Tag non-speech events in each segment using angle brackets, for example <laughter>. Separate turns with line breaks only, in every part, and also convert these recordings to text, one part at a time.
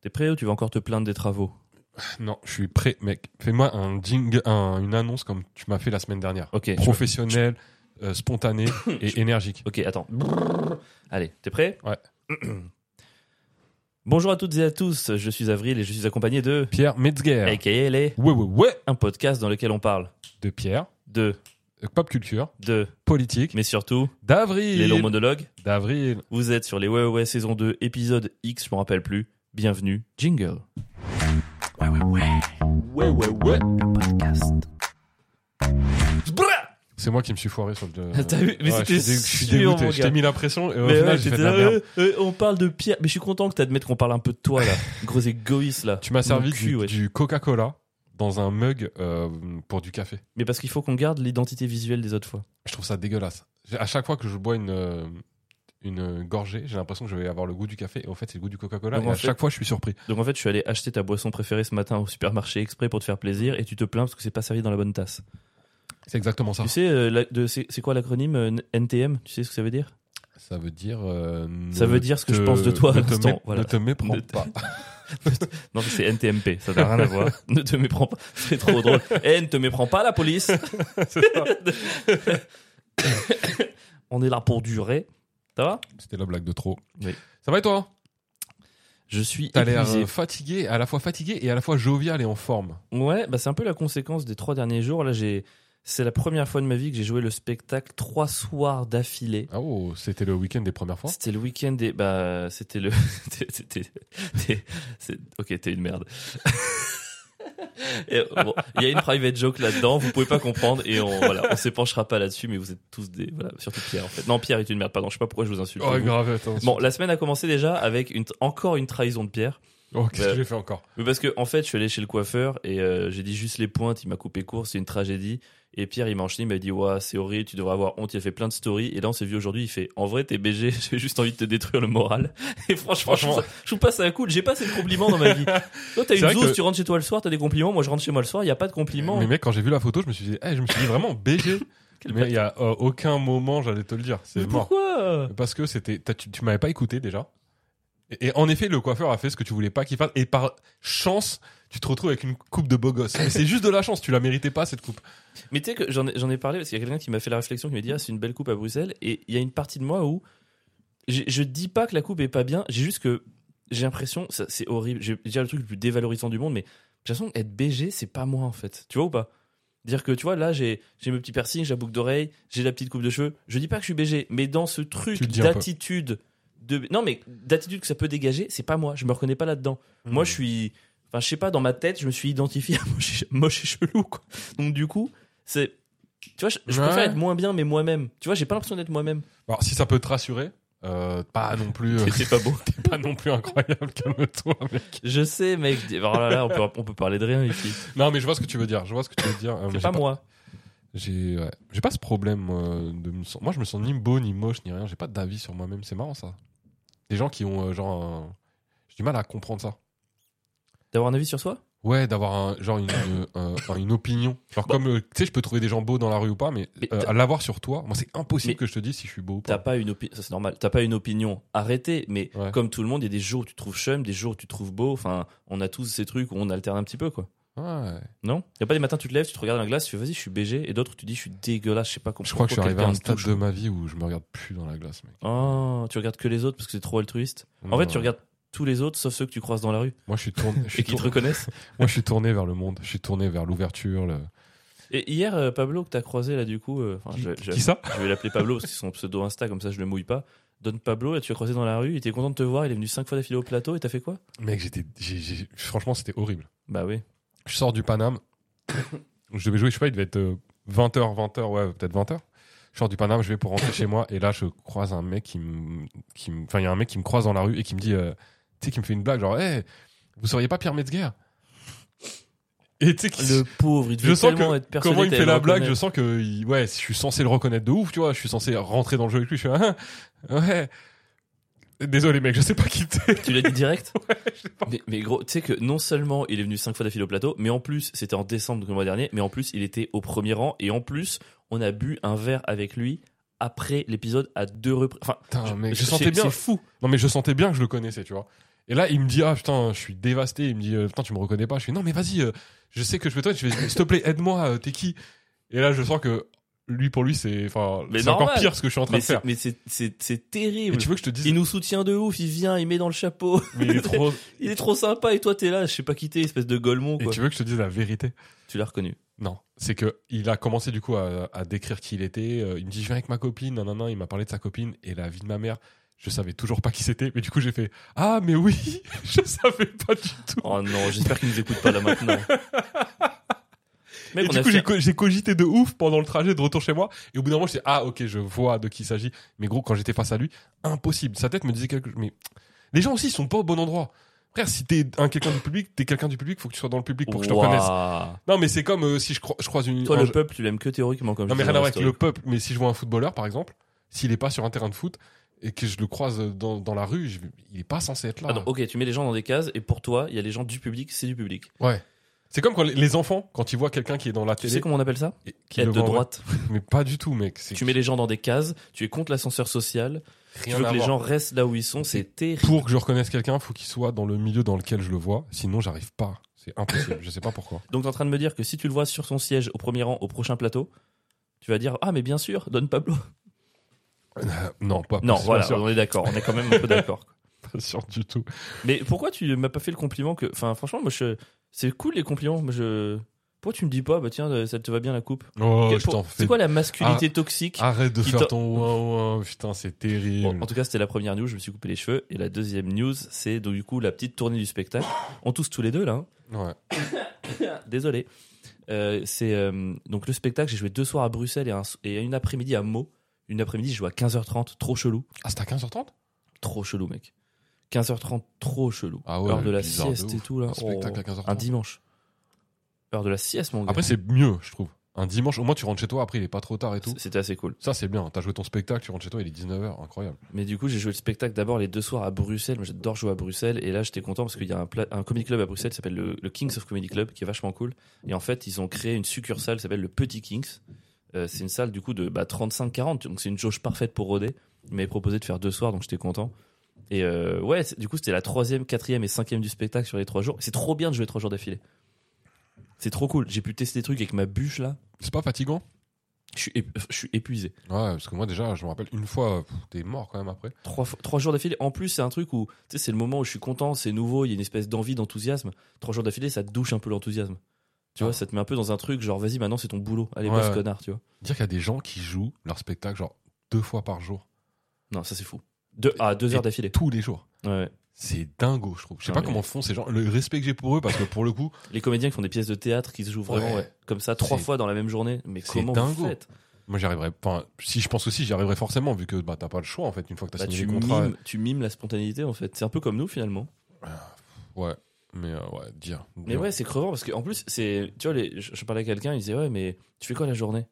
T'es prêt ou tu vas encore te plaindre des travaux
Non, je suis prêt, mec. Fais-moi un jingle, un- une annonce comme tu m'as fait la semaine dernière.
Ok. je-
Professionnel, euh,
<coughs>
spontané et énergique.
Ok, attends. Allez, t'es prêt
Ouais.
<clears throat> Bonjour à toutes et à tous, je suis Avril et je suis accompagné de
Pierre Metzger.
AKA les-
Ouais, ouais, ouais.
un podcast dans lequel on parle
De Pierre.
de,
euh, Pop culture.
de,
Politique.
mais surtout, les longs
D'avril.
monologues.
D'avril.
Vous êtes sur les Ouais Ouais Ouais saison 2, épisode X, je m'en rappelle plus. Bienvenue, jingle.
Ouais, ouais, ouais.
Podcast.
C'est moi qui me suis foiré sur le.
Ah, T'as vu Mais
Ouais,
c'était
je suis dé- je suis
sûr,
dégoûté.
mon
Je
gars.
t'ai mis la pression et au
Mais
final,
ouais,
j'ai fait
t'étais
de la
là,
merde.
euh, euh, on parle de Pierre, mais je suis content que t'admettes qu'on parle un peu de toi
<laughs>
là, gros égoïste là.
Tu m'as
Mon
servi
cul,
du,
ouais.
du Coca-Cola dans un mug euh, pour du café.
Mais parce qu'il faut qu'on garde l'identité visuelle des autres fois.
Je trouve ça dégueulasse. J'ai- À chaque fois que je bois une, euh, une gorgée, j'ai l'impression que je vais avoir le goût du café. Et en fait, c'est le goût du Coca-Cola.
Donc,
Et
en
à
fait-
chaque fois, je suis surpris.
Donc en fait, je suis allé acheter ta boisson préférée ce matin au supermarché exprès pour te faire plaisir et tu te plains parce que c'est pas servi dans la bonne tasse.
C'est exactement ça.
Tu sais, euh, la- de- c'est c'est quoi l'acronyme euh, NTM Tu sais ce que ça veut dire
Ça veut dire. euh, ne
Ça veut dire ce que je
te-
pense de toi à
Ne te,
l'instant,
mé-
voilà.
ne te méprends
Ne te-
pas.
<laughs> Non, mais c'est NTMP, ça n'a rien à
<laughs>
voir. Ne te méprends pas, c'est trop drôle. Eh, ne te méprends pas, la police
<laughs> C'est ça.
<laughs> On est là pour durer. Ça va
C'était la blague de trop.
Oui.
Ça va et toi hein
Je suis
T'as l'air
épuisé.
euh, fatigué, à la fois fatigué et à la fois jovial et en forme.
Ouais, bah c'est un peu la conséquence des trois derniers jours. Là, j'ai, c'est la première fois de ma vie que j'ai joué le spectacle trois soirs d'affilée.
Ah oh, c'était le week-end des premières fois.
C'était le week-end et bah c'était le, <laughs> c'était, t'es- c'est- ok, t'es une merde. <laughs> Et bon, Il y a une private joke là-dedans, vous pouvez pas comprendre et on voilà, on s'épanchera pas là-dessus, mais vous êtes tous des, voilà, surtout Pierre en fait. Non, Pierre est une merde, pardon, je sais pas pourquoi je vous insulte.
Oh,
Vous.
grave, attends.
bon, la semaine a commencé déjà avec une, encore une trahison de Pierre.
Oh, qu'est-ce
Euh,
que j'ai fait encore
Mais parce que en fait, je suis allé chez le coiffeur et euh, j'ai dit juste les pointes. Il m'a coupé court, c'est une tragédie. Et Pierre, il m'a enchaîné, il m'a dit Ouah, c'est horrible, tu devrais avoir honte. Il a fait plein de stories. Et là, on s'est vu aujourd'hui. Il fait En vrai, t'es BG, <laughs> j'ai juste envie de te détruire le moral. Et franchement, je
Franchement.
trouve, ça- je trouve pas ça cool. J'ai pas assez de compliments dans
<laughs>
ma vie. Toi, t'as
C'est
une
vrai
zouze,
que-
tu rentres chez toi le soir, t'as des compliments. Moi, je rentre chez moi le soir, il y a pas de compliments.
Mais mec, quand j'ai vu la photo, je me suis dit, Eh, je me suis dit vraiment
<laughs>
BG.
Quel
mais il y a euh, aucun moment, j'allais te le dire. C'est
Mais
mort.
pourquoi
Parce que c'était, t'as- tu, tu m'avais pas écouté déjà. Et, et en effet, le coiffeur a fait ce que tu voulais pas qu'il fasse. Et par chance, tu te retrouves avec une coupe de beau gosse. Mais c'est juste de la chance. Tu la méritais pas cette coupe.
Mais tu sais que j'en ai, j'en ai parlé parce qu'il y a quelqu'un qui m'a fait la réflexion qui m'a dit ah, c'est une belle coupe à Bruxelles et il y a une partie de moi où j'ai- je dis pas que la coupe est pas bien, j'ai juste que j'ai l'impression ça, c'est horrible, je vais dire le truc le plus dévalorisant du monde mais j'ai l'impression être BG c'est pas moi en fait. Tu vois ou pas Dire que tu vois là j'ai j'ai mes petits piercings, j'ai la boucle d'oreille, j'ai la petite coupe de cheveux, je dis pas que je suis BG mais dans ce
Tu
truc
le dis un peu.
d'attitude de non mais d'attitude que ça peut dégager, c'est pas moi, je me reconnais pas là-dedans.
Hmm.
Moi, je suis. Enfin, je sais pas, dans ma tête, je me suis identifié à <laughs> moche, et- moche et chelou, quoi. Donc, du coup, c'est. Tu vois, je, je
Ouais.
préfère être moins bien, mais moi-même. Tu vois, j'ai pas l'impression d'être <laughs> moi-même.
Alors, si ça peut te rassurer, euh, pas non plus, euh, <laughs>
C'est pas beau.
t'es pas non plus incroyable. Calme-toi, mec.
Je sais, mec. Oh là là, on peut, on peut parler de rien ici.
Non, mais je vois ce que tu veux dire. Je vois ce que tu veux dire. Euh, mais
C'est
j'ai
pas moi.
J'ai, ouais. j'ai pas ce problème moi, de me sen- Moi, je me sens ni beau, ni moche, ni rien. J'ai pas d'avis sur moi-même. C'est marrant, ça. Des gens qui ont, euh, genre, un- j'ai du mal à comprendre ça.
D'avoir un avis sur soi
Ouais, d'avoir un,
<coughs>
genre une, euh, un- enfin, une opinion. Genre,
Bah.
comme, euh, tu sais, je peux trouver des gens beaux dans la rue ou pas, mais,
Mais
euh,
t'as-
à l'avoir sur toi, moi, c'est impossible
Mais
que je te dise si je suis beau ou
T'as
pas.
pas une opinion. Ça, c'est normal. T'as pas une opinion arrêtée, mais
Ouais.
comme tout le monde, il y a des jours où tu te trouves chum, des jours où tu te trouves beau. Enfin, on a tous ces trucs où on alterne un petit peu, quoi.
Ouais.
Non Y a pas des matins, tu te lèves, tu te regardes dans la glace, tu fais vas-y, je suis BG. Et d'autres, où tu dis, je suis dégueulasse, je sais pas comment.
Je crois que je suis arrivé à un stade
touche
de ma vie où je me regarde plus dans la glace, mec.
Oh, tu regardes que les autres parce que c'est trop altruiste. En
Ouais.
fait, tu regardes tous les autres sauf ceux que tu croises dans la rue
Moi, je
<laughs>
suis tourné, je suis
et qui te
tourné-
reconnaissent.
moi, je suis tourné vers le monde. Je suis tourné vers l'ouverture. le-
Et hier, euh, Pablo, que t'as croisé là, du coup, euh, enfin, je, vais- je vais-
Qui ça?
je vais l'appeler Pablo parce que c'est son pseudo Insta, comme ça je le mouille pas. Donne Pablo, et tu as croisé dans la rue, il était content de te voir, il est venu cinq fois d'affilée au plateau et t'as fait quoi
Mec, j'étais, j'ai- j'ai- franchement, c'était horrible.
Bah
<laughs>
oui.
je sors du Paname. <coughs> je devais jouer, je sais pas, il devait être euh, 20h, 20h, ouais, peut-être 20h. Je sors du Paname, je vais pour rentrer chez moi. Et là, je croise un mec qui me. qui me- Enfin, il y a un mec qui me croise dans la rue et qui me dit. euh, tu sais, qui me fait une blague, genre, hé, vous seriez pas Pierre Metzger Et tu sais, qui-
Le pauvre, il devait
je sens
tellement
que-
être persuadé
comment il me
que
fait
t'allais
la
le
blague, je
reconnaître.
sens que. il- Ouais, je suis censé le reconnaître de ouf, tu vois, je suis censé rentrer dans le jeu avec lui. Je suis. Ah, ouais. Désolé, mec, je sais pas qui t'es.
Tu l'as dit
<laughs>
direct mais, mais gros, tu sais que non seulement il est venu cinq fois d'affilée au plateau, mais en plus, c'était en décembre le mois dernier, mais en plus, il était au premier rang, et en plus, on a bu un verre avec lui après l'épisode à deux reprises. Enfin,
Putain, mec, je
c'est-
sentais bien.
C'est fou.
Non, mais je sentais bien que je le connaissais, tu vois. Et là, il me dit, ah putain, je suis dévasté. Il me dit, euh, putain, tu me reconnais pas. Je fais, non, mais vas-y, euh, je sais que je peux toi. Je fais, s'il te plaît, aide-moi, euh, t'es qui Et là, je sens que lui, pour lui, c'est enfin,
Mais
c'est encore
normal.
pire ce que je suis en train
Mais
de faire.
c'est- mais c'est- c'est c'est
Et
terrible.
tu veux que je te dise,
Il nous soutient de ouf, il vient, il met dans le chapeau.
mais il est trop.
Il est trop sympa et toi t'es là, je sais pas qui t'es, espèce de golemon
Et
quoi.
tu veux que je te dise la vérité
Tu l'as reconnu.
Non, c'est que il a commencé du coup à, à décrire qui il était. Euh, Il me dit je viens avec ma copine, non non non, il m'a parlé de sa copine et la vie de ma mère. Je savais toujours pas qui c'était, mais du coup j'ai fait ah mais oui, <laughs> je savais pas du tout.
Oh non, j'espère qu'il nous écoute pas là <laughs> maintenant. Mec,
et
on
du
a
coup
fait-
j'ai co- j'ai cogité de ouf pendant le trajet de retour chez moi. Et au bout d'un moment j'étais ah ok je vois de qui il s'agit. Mais gros quand j'étais face à lui, impossible. Sa tête me disait quelque chose. Mais les gens aussi ils sont pas au bon endroit. Frère, si t'es un quelqu'un du public, t'es quelqu'un du public, faut que tu sois dans le public pour que je te
Ouah.
reconnaisse. Non, mais c'est comme euh, si je, cro- je croise une.
Toi,
un-
le peuple, tu l'aimes que théoriquement comme
Non,
je
mais
disais
rien à
dans
voir
la
avec le peuple. Mais si je vois un footballeur, par exemple, s'il est pas sur un terrain de foot et que je le croise dans, dans la rue, je- il est pas censé être là.
Ah non, ok, tu mets les gens dans des cases et pour toi, il y a les gens du public, c'est du public.
Ouais. C'est comme quand les- les enfants, quand ils voient quelqu'un qui est dans la
Tu
télé,
sais comment on appelle ça
et- qui
Être
le
de
voit, ouais.
droite.
Mais pas du tout, mec. C'est
Tu mets les gens dans des cases, tu es contre l'ascenseur social, tu
rien
veux
à
que les
voir.
gens restent là où ils sont, c'est terrible.
Pour que je reconnaisse quelqu'un, faut qu'il soit dans le milieu dans lequel je le vois. Sinon, j'arrive pas. C'est impossible. je sais pas pourquoi.
Donc t'es en train de me dire que si tu le vois sur son siège au premier rang, au prochain plateau, tu vas dire Ah, mais bien sûr, Don Pablo.
Euh, non, pas.
Non,
pas
voilà,
sûr,
on est d'accord, on est quand même un peu d'accord.
pas sûr du tout.
Mais pourquoi tu m'as pas fait le compliment que. Enfin, franchement, moi, je... c'est cool les compliments. Moi, je... Pourquoi tu me dis pas, bah tiens, euh, ça te va bien la coupe
Oh,
Quel-
je t'en
pour-
fais. Ah.
C'est quoi la masculinité toxique
Arrête de
Qui
faire
t'a-
ton ouin ouin. Putain, c'est
Bon,
terrible.
en tout cas, c'était la première news, je me suis coupé les cheveux. Et la deuxième news, c'est donc, du coup la petite tournée du spectacle. On tousse tous les deux là.
Ouais.
hein. Désolé. Euh, c'est euh, donc le spectacle. J'ai joué deux soirs à Bruxelles et, un, et une après-midi à Meaux. Une après-midi, je joue à 15h30. Trop chelou.
Ah, c'est à 15h30
Trop chelou, mec. 15h30, trop chelou.
Ah ouais,
Heure de la
bizarre de
sieste
ouf.
et tout là. Oh.
Un spectacle à 15h30.
Un dimanche. Heure de la sieste, mon gars.
Après, c'est mieux, je trouve. Un dimanche, au moins, tu rentres chez toi, après, il est pas trop tard et tout.
C- C'était assez cool.
Ça, c'est bien. T'as joué ton spectacle, tu rentres chez toi, il est 19h, incroyable.
Mais du coup, j'ai joué le spectacle d'abord les deux soirs à Bruxelles. Moi, J'adore jouer à Bruxelles. Et là, j'étais content parce qu'il y a un, pla- un comedy club à Bruxelles qui s'appelle le, le Kings of Comedy Club, qui est vachement cool. Et en fait, ils ont créé une succursale qui s'appelle le Petit Kings. Euh, c'est une salle du coup de bah, 35-40. Donc, c'est une jauge parfaite pour roder. Ils m'avaient proposé de faire deux soirs, donc j'étais content. Et euh, ouais, c'est- du coup, c'était la troisième, quatrième et cinquième du spectacle sur les trois jours. C'est trop bien de jouer trois jours d'affilée. C'est trop cool. J'ai pu tester des trucs avec ma bûche là.
C'est pas fatigant
Je suis ép- je suis épuisé.
Ouais, parce que moi, déjà, je me rappelle une fois, pff, t'es mort quand même après.
Trois, fois- trois jours d'affilée. En plus, c'est un truc où tu sais, c'est le moment où je suis content, c'est nouveau, il y a une espèce d'envie, d'enthousiasme. Trois jours d'affilée, ça te douche un peu l'enthousiasme. Tu vois, ça te met un peu dans un truc genre vas-y, maintenant c'est ton boulot. Allez,
Ah. Ouais,
bosse,
ouais.
connard, tu vois.
Dire qu'il y a des gens qui jouent leur spectacle, genre, deux fois par jour,
Non, ça c'est fou. Deux, ah, deux
Et-
heures d'affilée.
tous les jours. Ah
Ouais, ouais.
C'est dingo, je trouve. Je sais
Non,
pas
mais-
comment font ces gens, le respect que j'ai pour eux, parce que pour le coup,
Les comédiens qui font des pièces de théâtre qui se jouent vraiment
Ouais.
ouais, comme ça trois
C'est-
fois dans la même journée. Mais
C'est
comment vous
dingo.
faites
moi, j'y arriverais. Enfin, si je pense aussi, j'y arriverais forcément, vu que bah, t'as pas le choix, en fait, une fois que t'as
Bah,
signé les
tu,
contrats.
mimes, tu mimes la spontanéité en fait. C'est un peu comme nous finalement.
Ouais, mais euh, ouais, dire.
Mais ouais, c'est crevant parce qu'en plus, c'est, tu vois, les- je, je parlais à quelqu'un, il disait ouais, mais tu fais quoi la journée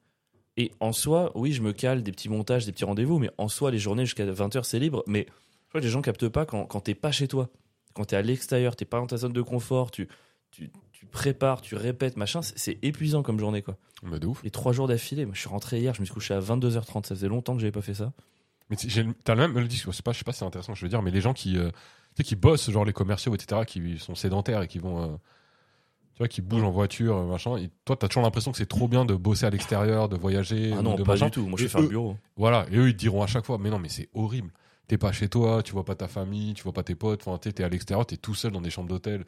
Et en soi, oui, je me cale des petits montages, des petits rendez-vous, mais en soi, les journées jusqu'à 20h, c'est libre. Mais tu vois, les gens captent pas quand, quand t'es pas chez toi, quand t'es à l'extérieur, t'es pas dans ta zone de confort, tu, tu, tu prépares, tu répètes, machin, c'est- c'est épuisant comme journée, quoi.
Mais de ouf.
Les trois jours d'affilée, moi, je suis rentré hier, je me suis couché à 22h30, ça faisait longtemps que j'avais pas fait ça.
Mais tu- j'ai le- t'as le même le discours, je sais pas, je sais pas si c'est intéressant, je veux dire, mais les gens qui, euh, tu sais, qui bossent, genre les commerciaux, etc., qui sont sédentaires et qui vont, euh, tu vois, qui bougent en voiture, euh, machin, et toi, t'as toujours l'impression que c'est trop bien de bosser à l'extérieur, de voyager,
Ah
ou
non,
de
pas
machin.
du tout, moi je
Et
fais faire le
eux-
bureau.
Voilà, et eux, ils te diront à chaque fois, mais non, mais c'est horrible. T'es pas chez toi, tu vois pas ta famille, tu vois pas tes potes, enfin, t'es t'es à l'extérieur, t'es tout seul dans des chambres d'hôtel.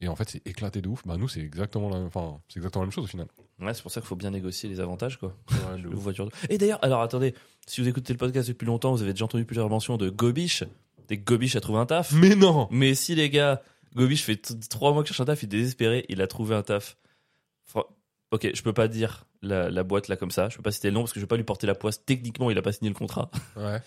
Et en fait, c'est éclaté de ouf. Bah, nous, c'est exactement la même, enfin, c'est exactement la même chose au final.
Ouais, c'est pour ça qu'il faut bien négocier les avantages, quoi. Le voiture de- Et d'ailleurs, alors attendez, si vous écoutez le podcast depuis longtemps, vous avez déjà entendu plusieurs mentions de Gobiche. Dès que Gobiche a trouvé un taf.
Mais non!
Mais si les gars, Gobiche fait t- trois mois qu'il cherche un taf, il est désespéré, il a trouvé un taf. Fra- Ok, je peux pas dire la, la boîte là comme ça, je peux pas citer le nom parce que je vais pas lui porter la poisse. Techniquement, il a pas signé le contrat.
Ouais.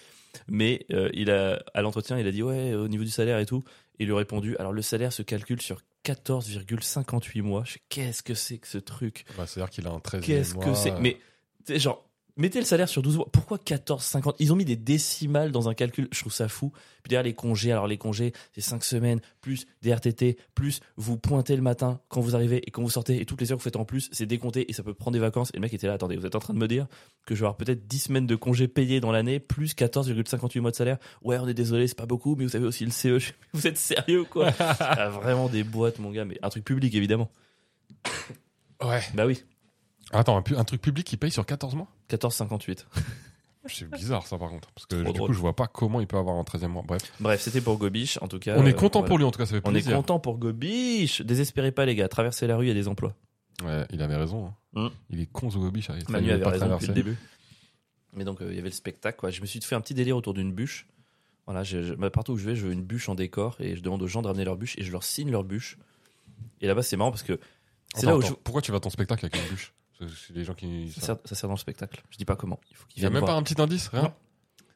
Mais euh, il a, à l'entretien, il a dit ouais, euh, au niveau du salaire et tout. Et il lui a répondu, alors le salaire se calcule sur 14,58 mois. Je fais, Qu'est-ce que c'est que ce truc
Bah, c'est-à-dire qu'il a un 13
Qu'est-ce que c'est Mais, tu sais, genre, mettez le salaire sur 12 mois. Pourquoi 14,50 Ils ont mis des décimales dans un calcul. Je trouve ça fou. Puis derrière les congés, alors les congés, c'est 5 semaines, plus des RTT, plus vous pointez le matin quand vous arrivez et quand vous sortez et toutes les heures que vous faites en plus, c'est décompté et ça peut prendre des vacances. Et le mec était là, attendez, vous êtes en train de me dire que je vais avoir peut-être 10 semaines de congés payés dans l'année, plus 14,58 mois de salaire. Ouais, on est désolé, c'est pas beaucoup, mais vous avez aussi le E, CE. <laughs> Vous êtes sérieux ou quoi Ah, Vraiment des boîtes, mon gars, mais un truc public évidemment.
Ouais.
Bah oui,
Attends, un, pu- un truc public qui paye sur 14 mois
14,58.
C'est bizarre ça par contre. Parce que
Trop
du
drôle.
coup, je vois pas comment il peut avoir un 13e mois. Bref.
Bref, c'était pour Gobiche en tout cas.
on
euh,
est content
voilà.
pour lui en tout cas, ça fait
On est
plaisir.
content pour Gobiche. Désespérez pas, les gars. Traverser la rue, il y a des emplois.
Ouais, il avait raison. hein.
Hum.
Il est con, Zogobi, ça, il savait
Manu avait
pas
raison
traverser.
depuis le début. Mais donc, euh, il y avait le spectacle. Quoi. Je me suis fait un petit délire autour d'une bûche. Voilà, je- je- bah, partout où je vais, je veux une bûche en décor et je demande aux gens de ramener leur bûche et je leur signe leur bûche. Et là-bas, c'est marrant parce que c'est
Attends,
là où
attends,
je-
Pourquoi tu vas à ton spectacle avec une bûche Parce que C'est des gens qui.
ça sert, ça sert dans le spectacle. Je dis pas comment. Il faut qu'ils
Il y a
viennent
même pas
voir.
un petit indice, rien
Non.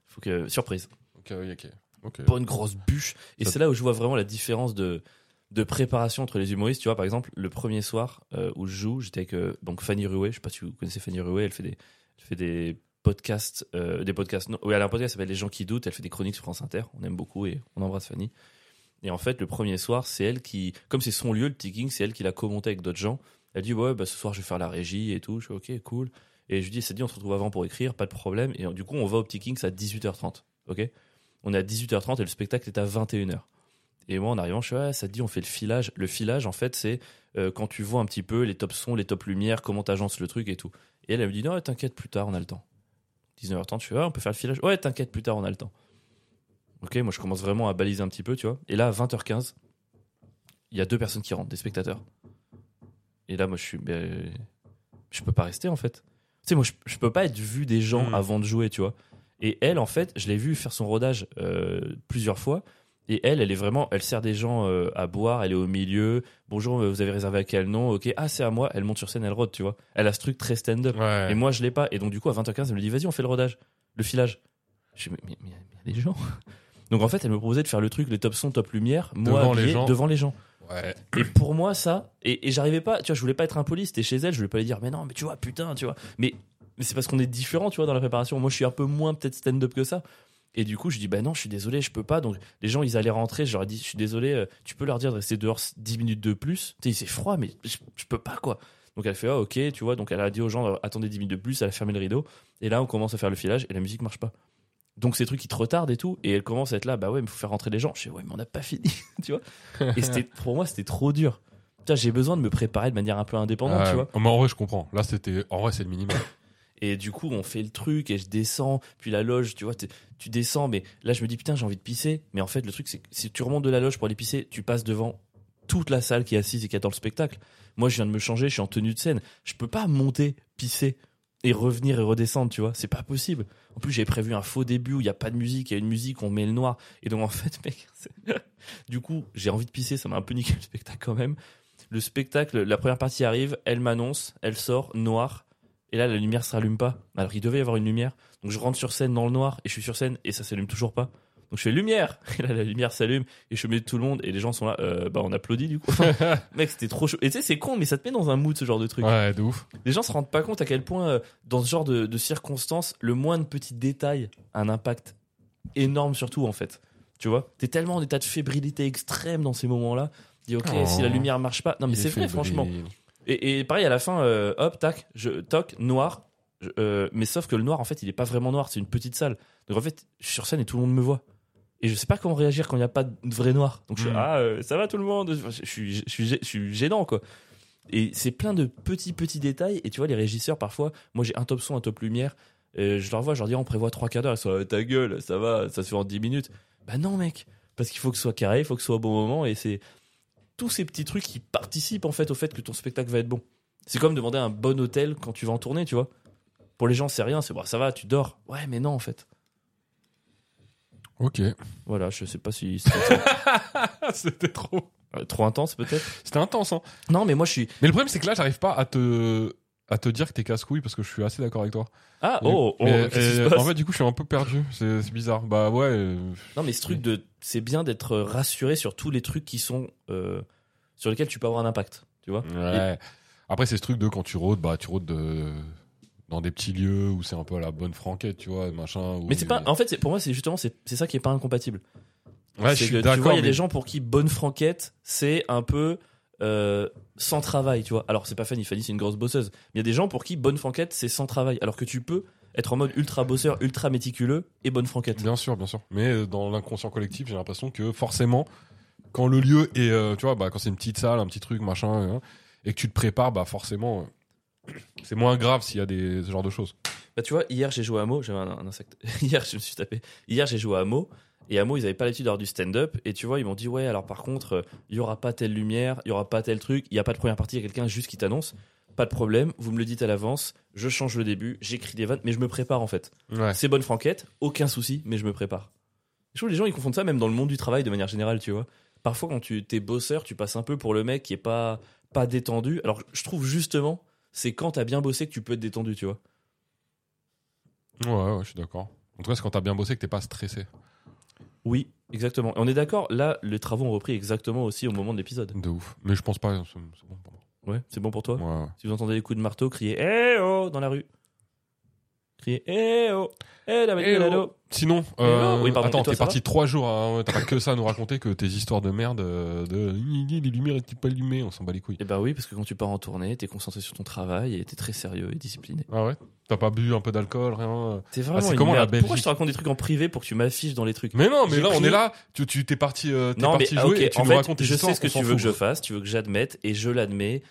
Faut que surprise.
Ok, oui, ok. Ok.
Pas une grosse bûche. Et
Ça-
c'est là où je vois vraiment la différence de de préparation entre les humoristes. Tu vois, par exemple, le premier soir euh, où je joue, j'étais avec euh, donc Fanny Ruet. Je sais pas si vous connaissez Fanny Ruet. Elle fait des elle fait des podcasts, euh, des podcasts. Non, oui, elle a un podcast qui s'appelle Les gens qui doutent. Elle fait des chroniques sur France Inter. On aime beaucoup et on embrasse Fanny. Et en fait, le premier soir, c'est elle qui, comme c'est son lieu, le ticking, c'est elle qui l'a commenté avec d'autres gens. Elle dit ouais, bah, ce soir je vais faire la régie et tout. Je fais ok, cool. Et je lui dis c'est dit, on se retrouve avant pour écrire, pas de problème. Et du coup, on va au ticking, c'est à 18h30. Ok. On est à 18h30 et le spectacle est à 21h. Et moi, en arrivant, je suis, ouais, ça te dit, on fait le filage. Le filage, en fait, c'est euh, quand tu vois un petit peu les top sons, les top lumières, comment t'agences le truc et tout. Et elle, elle me dit, non, ouais, t'inquiète, plus tard, on a le temps. 19h30, je suis, ouais, on peut faire le filage. Ouais, t'inquiète, plus tard, on a le temps. Ok, moi, je commence vraiment à baliser un petit peu, tu vois. Et là, à 20h15, il y a deux personnes qui rentrent, des spectateurs. Et là, moi, je suis, ben, je peux pas rester, en fait. Tu sais, moi, je, je peux pas être vu des gens
Mhm.
avant de jouer, tu vois. Et elle, en fait, je l'ai vu faire son rodage euh, plusieurs fois. Et elle, elle est vraiment, elle sert des gens euh, à boire, elle est au milieu. Bonjour, euh, vous avez réservé à quel nom Ok, ah c'est à moi. Elle monte sur scène, elle rôde, tu vois. Elle a ce truc très stand-up.
Ouais.
Et moi, je l'ai pas. Et donc du coup, à 20h15, elle me dit, vas-y, on fait le rodage, le filage. Je dis, mais mais- mais il y a des gens. <laughs> Donc en fait, elle me proposait de faire le truc, les top sons, top lumière, moi
Devant
habillé
les gens.
devant les gens.
Ouais.
Et pour moi, ça, et, et j'arrivais pas, tu vois, je voulais pas être impoli, c'était chez elle, je voulais pas lui dire, mais non, mais tu vois, putain, tu vois. Mais, mais c'est parce qu'on est différent, tu vois, dans la préparation. Moi, je suis un peu moins peut-être stand-up que ça. Et du coup, je dis, bah non, je suis désolé, je peux pas. Donc, les gens, ils allaient rentrer, je leur ai dit, je suis désolé, euh, tu peux leur dire de rester dehors 10 minutes de plus. Tu sais, c'est froid, mais je, je peux pas, quoi. Donc, elle fait, ah, ok, tu vois. Donc, elle a dit aux gens, euh, attendez 10 minutes de plus, elle a fermé le rideau. Et là, on commence à faire le filage et la musique marche pas. Donc, ces trucs qui te retardent et tout. Et elle commence à être là, bah ouais, mais faut faire rentrer les gens. Je dis, ouais, mais on n'a pas fini, <laughs> tu vois. Et c'était- pour moi, c'était trop dur. Putain, j'ai besoin de me préparer de manière un peu indépendante,
Ouais.
tu vois.
Mais en vrai, je comprends. Là, c'était. En vrai, c'est le minimum.
Et du coup, on fait le truc et je descends. Puis la loge, tu vois, t'es- tu descends, mais là, je me dis, putain, j'ai envie de pisser. Mais en fait, le truc, c'est que si tu remontes de la loge pour aller pisser, tu passes devant toute la salle qui est assise et qui attend le spectacle. Moi, je viens de me changer, je suis en tenue de scène. Je peux pas monter, pisser et revenir et redescendre, tu vois. C'est pas possible. En plus, j'avais prévu un faux début où il n'y a pas de musique, il y a une musique, on met le noir. Et donc, en fait, <laughs> mec, c'est- du coup, j'ai envie de pisser, ça m'a un peu niqué le spectacle quand même. Le spectacle, la première partie arrive, elle m'annonce, elle sort, noir. Et là, la lumière s'allume pas. Alors qu'il devait y avoir une lumière. Donc, je rentre sur scène dans le noir et je suis sur scène et ça s'allume toujours pas. Donc, je fais lumière. Et là, la lumière s'allume et je mets tout le monde et les gens sont là. Euh, bah, on applaudit du coup. Mec, c'était trop chaud. Et tu sais, c'est con, mais ça te met dans un mood ce genre de truc.
<laughs> ouais, de ouf.
Les gens se rendent pas compte à quel point, euh, dans ce genre de, de circonstances, le moindre petit détail a un impact énorme sur tout, en fait. Tu vois T'es tellement en état de fébrilité extrême dans ces moments-là. Dis, ok,
Oh.
si la lumière marche pas. Non, mais
Il
c'est vrai,
fait
franchement.
briller.
Et, et pareil, à la fin, euh, hop, tac, je toc, noir. Je- euh, mais sauf que le noir, en fait, il est pas vraiment noir, c'est une petite salle. Donc en fait, je suis sur scène et tout le monde me voit. Et je sais pas comment réagir quand il n'y a pas de vrai noir. Donc je suis,
Mm.
ah, euh, ça va tout le monde Enfin, je, je suis, je, suis, je suis gênant, quoi. Et c'est plein de petits, petits détails. Et tu vois, les régisseurs, parfois, moi j'ai un top son, un top lumière. euh, je leur vois, je leur dis, on prévoit trois quarts d'heure. Ils sont, là, ta gueule, ça va, ça se fait en 10 minutes. Bah non, mec, parce qu'il faut que ce soit carré, il faut que ce soit au bon moment. Et c'est tous ces petits trucs qui participent en fait au fait que ton spectacle va être bon. C'est comme demander un bon hôtel quand tu vas en tournée, tu vois. Pour les gens, c'est rien, c'est bah, ça va, tu dors. Ouais, mais non, en fait. <laughs>
Ok.
Voilà, je sais pas si c'était
c'était trop.
<laughs> euh, trop intense peut-être.
C'était intense, hein.
Non, mais moi je suis.
Mais le problème, c'est que là, j'arrive pas à te à te dire que t'es casse couille parce que je suis assez d'accord avec toi.
Ah, oh, oh,
Mais,
qu'est-ce qui se
euh,
passe
en fait, du coup, je suis un peu perdu. C'est c'est bizarre. Bah ouais. euh,
Non, mais ce truc de. C'est bien d'être euh, rassuré sur tous les trucs qui sont. euh, sur
Mm.
lesquels tu peux avoir un impact, tu vois.
Ouais. Après, c'est ce truc de quand tu rôdes, bah tu rôdes de dans des petits lieux où c'est un peu à la bonne franquette, tu vois, machin. où
Mais c'est
il-
pas. En fait, c'est- pour moi, c'est justement c'est c'est ça qui est pas incompatible.
Ouais,
C'est
je
que,
suis
tu vois,
d'accord.
il y a
mais-
des gens pour qui bonne franquette, c'est un peu euh, sans travail, tu vois. Alors, c'est pas Fanny, Fanny, c'est une grosse bosseuse. Mais il y a des gens pour qui bonne franquette, c'est sans travail. Alors que tu peux être en mode ultra bosseur, ultra méticuleux et bonne franquette.
Bien sûr, bien sûr. Mais euh, dans l'inconscient collectif, j'ai l'impression que forcément, quand le lieu est, euh, tu vois, bah, quand c'est une petite salle, un petit truc, machin, euh, et que tu te prépares, bah forcément, euh, c'est moins grave s'il y a des, ce genre de choses.
Bah, tu vois, hier, j'ai joué à Mo, j'avais un, un insecte. <laughs> hier, je me suis tapé. Hier, j'ai joué à Mo. Et à Mo, ils avaient pas l'habitude d'avoir du stand-up. Et tu vois, ils m'ont dit, ouais, alors par contre, euh, il y aura pas telle lumière, il y aura pas tel truc, il y a pas de première partie, il y a quelqu'un juste qui t'annonce. Pas de problème, vous me le dites à l'avance, je change le début, j'écris des vannes, mais je me prépare en fait.
Ouais.
C'est bonne franquette, aucun souci, mais je me prépare. Je trouve que les gens ils confondent ça même dans le monde du travail de manière générale, tu vois. Parfois quand tu t'es bosseur, tu passes un peu pour le mec qui est pas pas détendu. Alors je trouve justement c'est quand t'as bien bossé que tu peux être détendu, tu vois.
Ouais, ouais, je suis d'accord. En tout cas, c'est quand t'as bien bossé que t'es pas stressé.
Oui, exactement. Et on est d'accord, là les travaux ont repris exactement aussi au moment de l'épisode.
De ouf. Mais je pense pas. C'est c'est bon pour
Ouais, c'est bon pour toi.
moi. Ouais, ouais.
Si vous entendez les coups de marteau, criez "Eh oh" dans la rue. Criez "Eh oh Eh la
Eh
manip de
oh.
l'ado.
Sinon,
non,
euh,
oui, pardon.
attends,
Et toi,
t'es
ça
parti trois jours, hein, t'as pas que ça à nous raconter que tes histoires de merde, euh, de les lumières étaient pas allumées, on s'en bat les couilles.
Eh bah oui, parce que quand tu pars en tournée, t'es concentré sur ton travail et t'es très sérieux et discipliné.
Ah ouais T'as pas bu un peu d'alcool, rien euh,
T'es vraiment
Ah, c'est
une
comment la
merde.
Belgique
Pourquoi je te raconte des trucs en privé pour que tu m'affiches dans les trucs
Mais non, mais
J'ai
là on
pris-
est là, tu tu- t'es parti, euh, t'es
Non, mais
parti
ah,
jouer
ok,
et tu
en
nous racontes
fait,
tes
je sais
histoires,
ce que
on s'en
tu veux que
fout.
je fasse, tu veux que j'admette et je l'admets.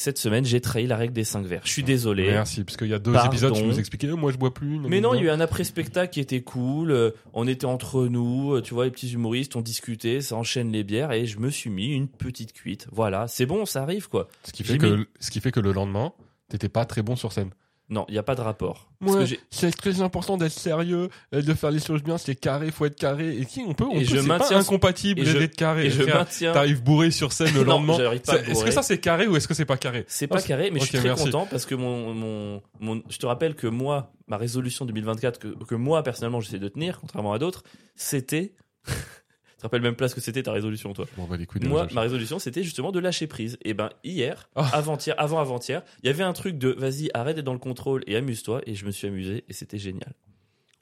Cette semaine, j'ai trahi la règle des 5 verres. Je suis désolé.
Merci, parce qu'il y a deux
Pardon.
épisodes, tu nous expliquais, euh, moi je bois plus.
Mais non, il y a eu un après-spectacle qui était cool. euh, On était entre nous, euh, tu vois, les petits humoristes, on discutait, ça enchaîne les bières et je me suis mis une petite cuite. Voilà, c'est bon, ça arrive quoi.
ce qui
j'ai
fait que ce qui fait que le lendemain, t'étais pas très bon sur scène.
Non, il n'y a pas de rapport. Parce que
Moi,
j'ai-
c'est très important d'être sérieux, euh, de faire les choses bien, c'est carré, faut être carré. Et si on peut, on
Et
peut,
je
c'est pas
maintiens-
incompatible
et je-
d'être carré.
et je
Frère,
maintiens.
T'arrives bourré sur scène le
<laughs> Non,
lendemain.
j'arrive pas
C'est- Est-ce
bourré.
que ça c'est carré ou est-ce que c'est pas carré
C'est
Ah,
pas
c'est-
carré, mais je suis
ok,
très
merci.
content parce que mon, mon, mon- je te rappelle que moi, ma résolution 2024 que, que moi personnellement j'essaie de tenir, contrairement à d'autres, c'était. <laughs> tu te rappelles même place que c'était ta résolution, toi.
Bon, bah, les couilles de
Moi,
la-
ma résolution, c'était justement de lâcher prise. Et ben hier,
Ah.
avant-hier, avant avant-hier, il y avait un truc de vas-y, arrête d'être dans le contrôle et amuse-toi. Et je me suis amusé et c'était génial.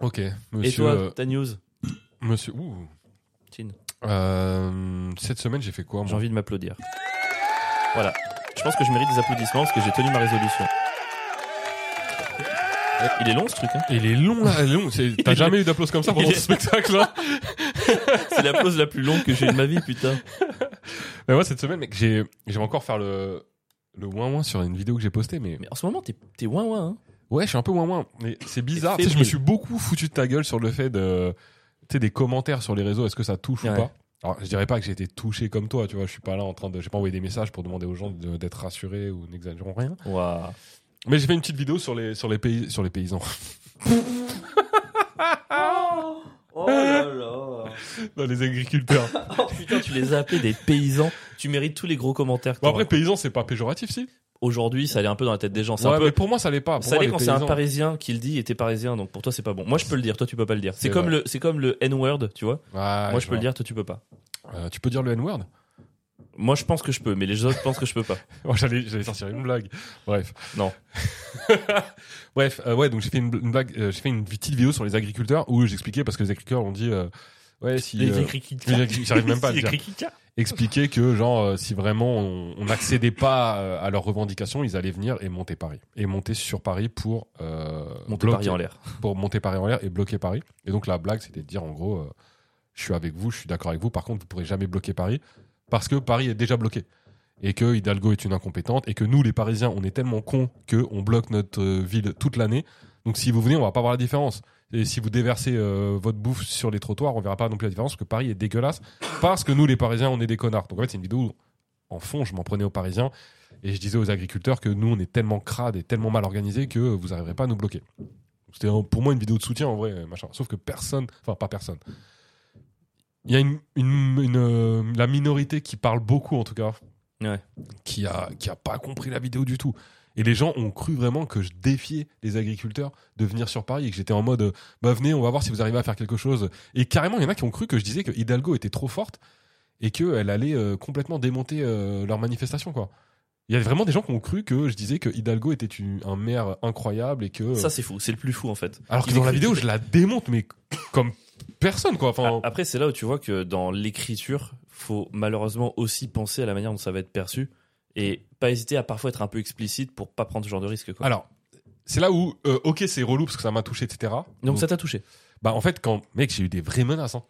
Ok,
et
monsieur.
toi,
euh,
ta news,
Monsieur. ouh.
Chin,
Euh, Cette semaine, j'ai fait quoi
j'ai
moi
envie de m'applaudir. Voilà. Je pense que je mérite des applaudissements parce que j'ai tenu ma résolution. Il est long ce truc. Hein
Il est long là, il est long. c'est- T'as
est-
jamais eu d'applause comme ça pendant
il est-
ce spectacle là
C'est la pause la plus longue que j'ai eu de ma vie, putain.
Mais moi, cette semaine, mec, j'ai, j'aimerais encore faire le, le ouin ouin sur une vidéo que j'ai postée, mais
Mais en ce moment, t'es t'es ouin ouin. Hein.
ouais, je suis un peu ouin ouin. Mais c'est bizarre.
C'est
Tu sais, je me suis beaucoup foutu de ta gueule sur le fait de, tu sais, des commentaires sur les réseaux, est-ce que ça touche
Ouais.
ou pas? Alors, je dirais pas que j'ai été touché comme toi, tu vois, je suis pas là en train de, j'ai pas envoyé des messages pour demander aux gens de- d'être rassurés ou n'exagérons rien.
Waouh.
Mais j'ai fait une petite vidéo sur les, sur les pays, sur les <laughs> paysans.
Oh là là.
Non, les agriculteurs.
Oh putain, tu les as appelés des paysans. Tu mérites tous les gros commentaires. que
Bon,
t'auras.
après, paysans, c'est pas péjoratif, si?
Aujourd'hui, ça allait un peu dans la tête des gens. C'est
Ouais,
un peu
mais pour moi, ça l'est pas. Pour
Ça
moi,
l'est
les
quand c'est un
paysans-
parisien qui le dit et t'es parisien, donc pour toi c'est pas bon. Moi je peux le dire, toi tu peux pas le dire. C'est
C'est
comme
vrai. Ah,
le, c'est comme le N-word, tu vois.
Ouais,
Moi je peux
vois.
le dire, toi tu peux pas.
Euh, tu peux dire le N-word?
Moi je pense que je peux, mais les autres pensent que je peux pas.
<laughs> Oh, j'allais, j'allais sortir une blague. Bref.
Non.
<laughs> Bref, euh, ouais, donc j'ai fait une, bl- une blague, euh, j'ai fait une petite vidéo sur les agriculteurs où j'expliquais parce que les agriculteurs ont dit, euh, ouais, si, euh, les agri- j'arrive même pas
<laughs>
à le dire. expliquer que genre euh, si vraiment on on n'accédait pas euh, à leurs revendications, ils allaient venir et monter Paris et monter sur Paris pour euh,
Monter
bloquer-
Paris en l'air.
pour monter Paris en l'air et bloquer Paris. Et donc la blague, c'était de dire en gros, euh, je suis avec vous, je suis d'accord avec vous. Par contre, vous pourrez jamais bloquer Paris parce que Paris est déjà bloqué et que Hidalgo est une incompétente et que nous, les Parisiens, on est tellement cons que on bloque notre euh, ville toute l'année. Donc si vous venez, on va pas voir la différence. Et si vous déversez euh, votre bouffe sur les trottoirs, on verra pas non plus la différence parce que Paris est dégueulasse parce que nous, les Parisiens, on est des connards. Donc en fait, c'est une vidéo où, en fond, je m'en prenais aux Parisiens. Et je disais aux agriculteurs que nous, on est tellement crades et tellement mal organisés que vous n'arriverez pas à nous bloquer. C'était un- pour moi une vidéo de soutien en vrai, euh, machin. Sauf que personne, enfin pas personne. Il y a une, une- une, euh, la minorité qui parle beaucoup en tout cas,
Ouais.
qui a qui a pas compris la vidéo du tout. Et les gens ont cru vraiment que je défiais les agriculteurs de venir sur Paris et que j'étais en mode, euh, bah venez, on va voir si vous arrivez à faire quelque chose. Et carrément, il y en a qui ont cru que je disais que Hidalgo était trop forte et qu'elle allait euh, complètement démonter euh, leur manifestation quoi. Il y a vraiment des gens qui ont cru que je disais que Hidalgo était une- un maire incroyable et que. euh,
Ça, c'est fou. C'est le plus fou, en fait.
alors que
il
dans la
écrit-
vidéo, je la démonte, mais comme personne, quoi. Enfin,
Ah, Après, c'est là où tu vois que dans l'écriture, faut malheureusement aussi penser à la manière dont ça va être perçu et pas hésiter à parfois être un peu explicite pour pas prendre ce genre de risque. Quoi.
alors, c'est là où, euh, ok, c'est relou parce que ça m'a touché, etc.
Donc ça t'a touché.
Bah en fait quand mec j'ai eu des vraies menaces hein.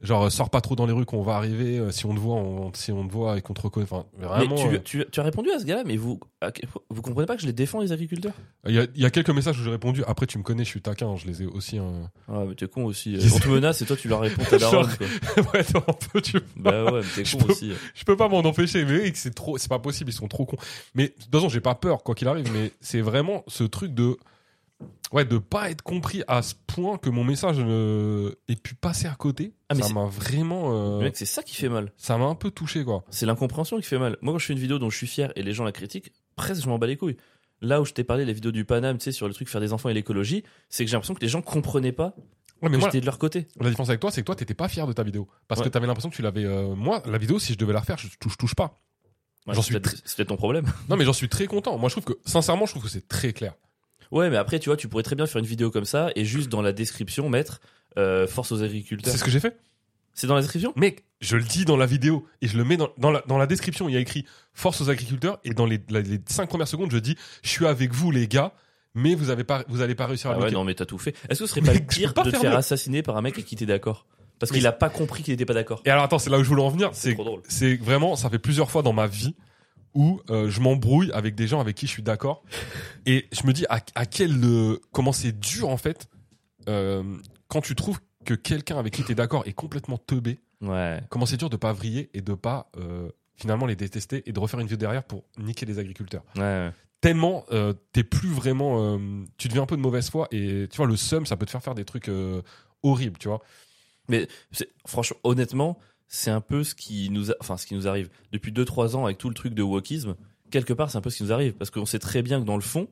Genre euh, sors pas trop dans les rues qu'on va arriver euh, si on te voit on, si on te voit et qu'on te reconnaît enfin
Mais
vraiment
tu,
euh,
tu- tu as répondu à ce gars-là, mais vous, à quel- vous comprenez pas que je les défends, les agriculteurs
il y, a- il y a quelques messages où j'ai répondu après tu me connais je suis taquin hein, je les ai aussi hein.
Ah, mais t'es con aussi.
<laughs> Je
On te menace et toi, tu leur réponds à la
Genre-
ronde, quoi.
ouais attends, un peu, tu vois.
Bah ouais, mais t'es
Je
con
peux-
aussi.
je peux pas m'en empêcher mais mec, c'est trop c'est pas possible ils sont trop cons mais de toute façon j'ai pas peur quoi qu'il arrive mais c'est vraiment ce truc de ouais de pas être compris à ce point que mon message euh, ait pu passer à côté
Ah, mais
ça
c'est-
m'a vraiment euh,
Mec, c'est ça qui fait mal.
ça m'a un peu touché quoi
C'est l'incompréhension qui fait mal. Moi, quand je fais une vidéo dont je suis fier et les gens la critiquent, presque je m'en bats les couilles. Là où je t'ai parlé, la vidéo du Paname, tu sais, sur le truc faire des enfants et l'écologie, c'est que j'ai l'impression que les gens comprenaient pas
ouais, mais
que
moi,
j'étais de leur côté.
La différence avec toi, c'est que toi, t'étais pas fier de ta vidéo. Parce que
Ouais.
t'avais l'impression que tu l'avais. euh, moi, la vidéo, si je devais la refaire, je touche, touche pas.
Ouais,
J'en
c'est
suis
peut-être- C'est peut-être ton problème. <laughs>
Non, mais j'en suis très content. Moi, je trouve que, sincèrement, je trouve que c'est très clair.
Ouais, mais après, tu vois, tu pourrais très bien faire une vidéo comme ça et juste dans la description mettre euh, force aux agriculteurs.
C'est ce que j'ai fait.
C'est dans la description
Mec, je le dis dans la vidéo et je le mets dans, dans, la, dans la description. Il y a écrit force aux agriculteurs et dans les, la- les cinq premières secondes, je dis je suis avec vous, les gars, mais vous avez pas, vous allez pas réussir à
Ah
le
ouais,
bloquer.
non, mais t'as tout fait. Est-ce que ce serait pas le
Mais je peux
pire
pas
de te
faire
faire
mieux.
assassiner par un mec et qui était d'accord Parce
Mais
qu'il a pas compris qu'il était pas d'accord.
Et alors, attends, c'est là où je voulais en venir.
C'est
C'est
trop drôle.
c'est vraiment, ça fait plusieurs fois dans ma vie où euh, je m'embrouille avec des gens avec qui je
<laughs>
suis d'accord. Et je me dis à, à quel, euh, comment c'est dur en fait euh, quand tu trouves que quelqu'un avec qui tu es d'accord est complètement teubé,
Ouais.
comment c'est dur de pas vriller et de pas euh, finalement les détester et de refaire une vidéo derrière pour niquer les agriculteurs.
ouais.
Tellement euh, t'es plus vraiment, euh, tu deviens un peu de mauvaise foi et tu vois le seum ça peut te faire faire des trucs euh, horribles, tu vois.
C'est- Franchement, honnêtement, c'est un peu ce qui nous, a- enfin, ce qui nous arrive depuis 2-3 ans avec tout le truc de wokisme. Quelque part, c'est un peu ce qui nous arrive parce qu'on sait très bien que dans le fond,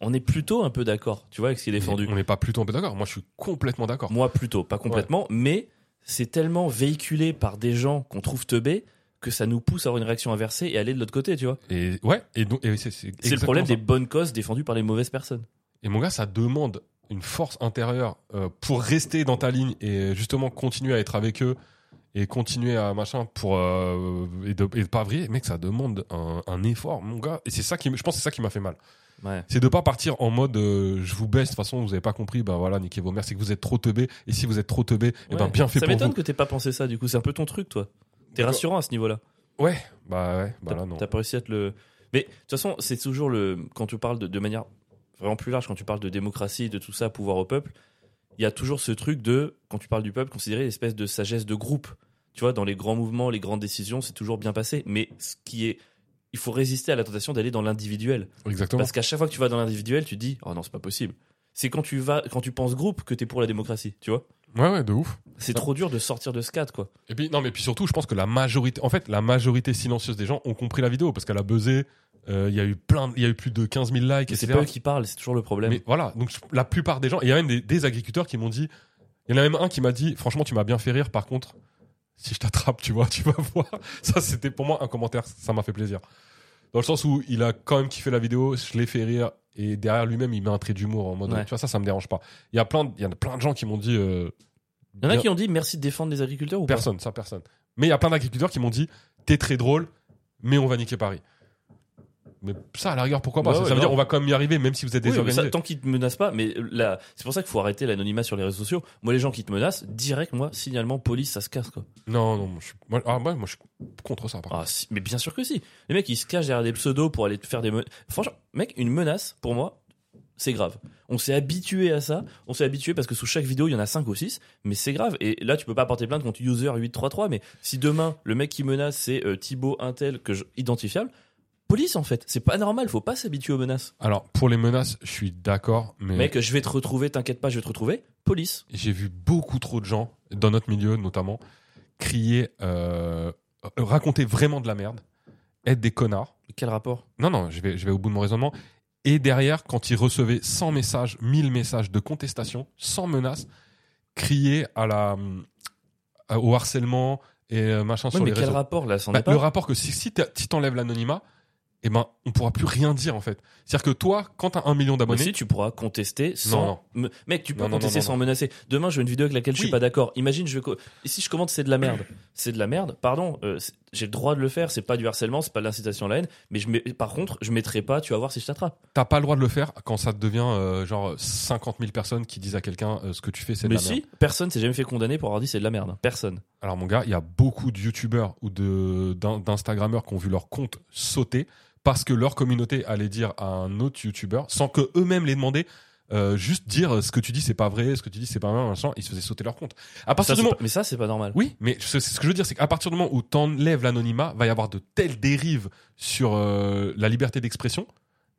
on est plutôt un peu d'accord, tu vois, avec ce qui est défendu.
On n'est pas plutôt un peu d'accord. Moi je suis complètement d'accord.
Moi plutôt, pas complètement, mais c'est tellement véhiculé par des gens qu'on trouve teubés que ça nous pousse à avoir une réaction inversée et aller de l'autre côté, tu vois.
Et ouais, et donc et c'est c'est
C'est le
exactement
problème
ça.
des bonnes causes défendues par les mauvaises personnes.
Et mon gars, ça demande une force intérieure euh, pour rester dans ta ligne et justement continuer à être avec eux et continuer à machin pour euh, et de et de pas vriller. Mec, ça demande un, un effort, mon gars. Et c'est ça qui, me- je pense, que c'est ça qui m'a fait mal.
Ouais.
C'est de pas partir en mode euh, je vous baisse. De toute façon, vous avez pas compris. Bah voilà, niquez vos mères. C'est que vous êtes trop teubé. Et si vous êtes trop teubé, eh ben
Ouais.
bien fait
ça
pour
m'étonne
vous.
que t'aies pas pensé ça, du coup, c'est un peu ton truc, toi. T'es rassurant à ce niveau-là.
Ouais, bah ouais, bah
T'as-
là non.
T'as pas réussi à te le. Mais de toute façon, c'est toujours le. Quand tu parles de, de manière vraiment plus large, quand tu parles de démocratie, de tout ça, pouvoir au peuple, il y a toujours ce truc de, quand tu parles du peuple, considérer l'espèce de sagesse de groupe. Tu vois, dans les grands mouvements, les grandes décisions, c'est toujours bien passé. Mais ce qui est. Il faut résister à la tentation d'aller dans l'individuel.
Exactement.
Parce qu'à chaque fois que tu vas dans l'individuel, tu te dis Oh non, c'est pas possible. C'est quand tu vas, quand tu penses groupe que t'es pour la démocratie, tu vois.
Ouais, ouais, de ouf.
C'est trop dur de sortir de ce cadre, quoi.
Et puis non, mais puis surtout, je pense que la majorité, en fait, la majorité silencieuse des gens ont compris la vidéo parce qu'elle a buzzé. euh, Il y a eu plein, de- il y a eu plus de 15 000 likes,
Et
etc.
c'est pas eux qui parlent, c'est toujours le problème.
Mais voilà, donc je- la plupart des gens, et il y a même des, des agriculteurs qui m'ont dit, il y en a même un qui m'a dit, franchement, tu m'as bien fait rire. Par contre, si je t'attrape, tu vois, <laughs> tu vas voir. Ça, c'était pour moi un commentaire, ça m'a fait plaisir. Dans le sens où il a quand même kiffé la vidéo, je l'ai fait rire, et derrière lui-même, il met un trait d'humour en mode,
Ouais.
tu vois, ça, ça me dérange pas. Il y a plein, de- il y en a plein de gens qui m'ont dit. euh,
Il y en a
bien-
qui ont dit merci de défendre les agriculteurs ou pas
Personne, ça personne. Mais il y a plein d'agriculteurs qui m'ont dit t'es très drôle, mais on va niquer Paris. Mais ça, à la rigueur, pourquoi pas
Ouais,
Ça
Bah ouais,
veut dire
grave.
on va quand même y arriver, même si vous êtes
Oui, mais ça,
désorganisés.
tant qu'ils te menacent pas, mais là, c'est pour ça qu'il faut arrêter l'anonymat sur les réseaux sociaux. Moi, les gens qui te menacent, direct, moi, signalement, police, ça se casse, quoi.
non, non, moi, je suis, moi, ah, ouais, moi, je suis contre ça. Par contre.
Ah, si- mais bien sûr que si. Les mecs, ils se cachent derrière des pseudos pour aller te faire des menaces. Franchement, mec, une menace, pour moi, c'est grave. On s'est habitué à ça. On s'est habitué parce que sous chaque vidéo, il y en a 5 ou 6, mais c'est grave. Et là, tu peux pas porter plainte contre user 833, mais si demain, le mec qui menace, c'est euh, Thibaut Intel, que je, identifiable, police, en fait. C'est pas normal, faut pas s'habituer aux menaces.
Alors, pour les menaces, je suis d'accord, mais
Mec, je vais te retrouver, t'inquiète pas, je vais te retrouver. Police.
j'ai vu beaucoup trop de gens, dans notre milieu notamment, crier, euh, euh, raconter vraiment de la merde, être des connards.
Quel rapport
Non, non, je vais, je vais au bout de mon raisonnement. Et derrière, quand ils recevaient 100 messages, 1000 messages de contestation, 100 menaces, crier à la, à- au harcèlement et euh, machin
Ouais,
sur
mais
les
quel
réseaux.
rapport là, c'en
Bah,
est
le
pas.
rapport que si, si t'as- si t'enlèves l'anonymat, eh ben, on pourra plus rien dire en fait. C'est-à-dire que toi, quand t'as un million d'abonnés,
Aussi, tu pourras contester sans.
Non,
Me- Mec, tu peux
Non, non,
contester
non, non,
sans menacer. Demain, je veux une vidéo avec laquelle je suis
Oui.
pas d'accord. Imagine, je veux. co- Et si je commente, c'est de la merde. C'est de la merde, pardon. euh, c'est- J'ai le droit de le faire. C'est pas du harcèlement, c'est pas de l'incitation à la haine. Mais je mets... par contre, je mettrai pas, tu vas voir si je t'attrape.
t'as pas le droit de le faire quand ça devient euh, genre 50 000 personnes qui disent à quelqu'un euh, ce que tu fais, c'est de
Mais
la merde.
si, personne s'est jamais fait condamner pour avoir dit c'est de la merde. Personne.
Alors mon gars, il y a beaucoup de youtubeurs ou de d'in- d'instagrammeurs qui ont vu leur compte sauter parce que leur communauté allait dire à un autre youtubeur sans que eux-mêmes les demandaient euh, juste dire euh, ce que tu dis c'est pas vrai, ce que tu dis c'est pas vrai, machin, ils se faisaient sauter leur compte. À
Ça,
partir du
c'est
moment
pas- Mais ça, c'est pas normal.
oui, mais c'est c'est ce que je veux dire, c'est qu'à partir du moment où t'enlèves l'anonymat, va y avoir de telles dérives sur euh, la liberté d'expression.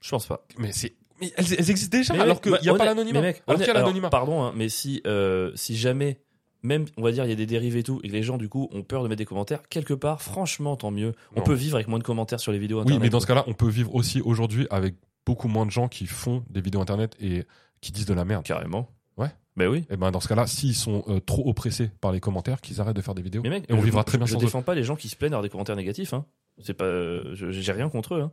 Je pense pas.
Mais c'est, mais elles, elles existent déjà
Mais
alors
mec,
qu'il n'y a
bah,
pas
honnête-
l'anonymat.
mais mec,
Alors qu'il y a
honnête-
l'anonymat.
Pardon, hein, mais si, euh, si jamais, même, on va dire, il y a des dérives et tout, et que les gens, du coup, ont peur de mettre des commentaires, quelque part, franchement, tant mieux. On
Non.
peut vivre avec moins de commentaires sur les vidéos
Oui,
internet.
mais dans ce cas-là, on peut vivre aussi aujourd'hui avec beaucoup moins de gens qui font des vidéos internet et qui disent de la merde.
Carrément.
Ouais.
Ben oui.
Et ben dans ce cas-là, s'ils sont euh, trop oppressés par les commentaires, qu'ils arrêtent de faire des vidéos.
Mais mec,
et on
je-
vivra très bien
je
sans eux.
défends pas les gens qui se plaignent d'avoir des commentaires négatifs. Hein. C'est pas, euh, je- j'ai rien contre eux. hein.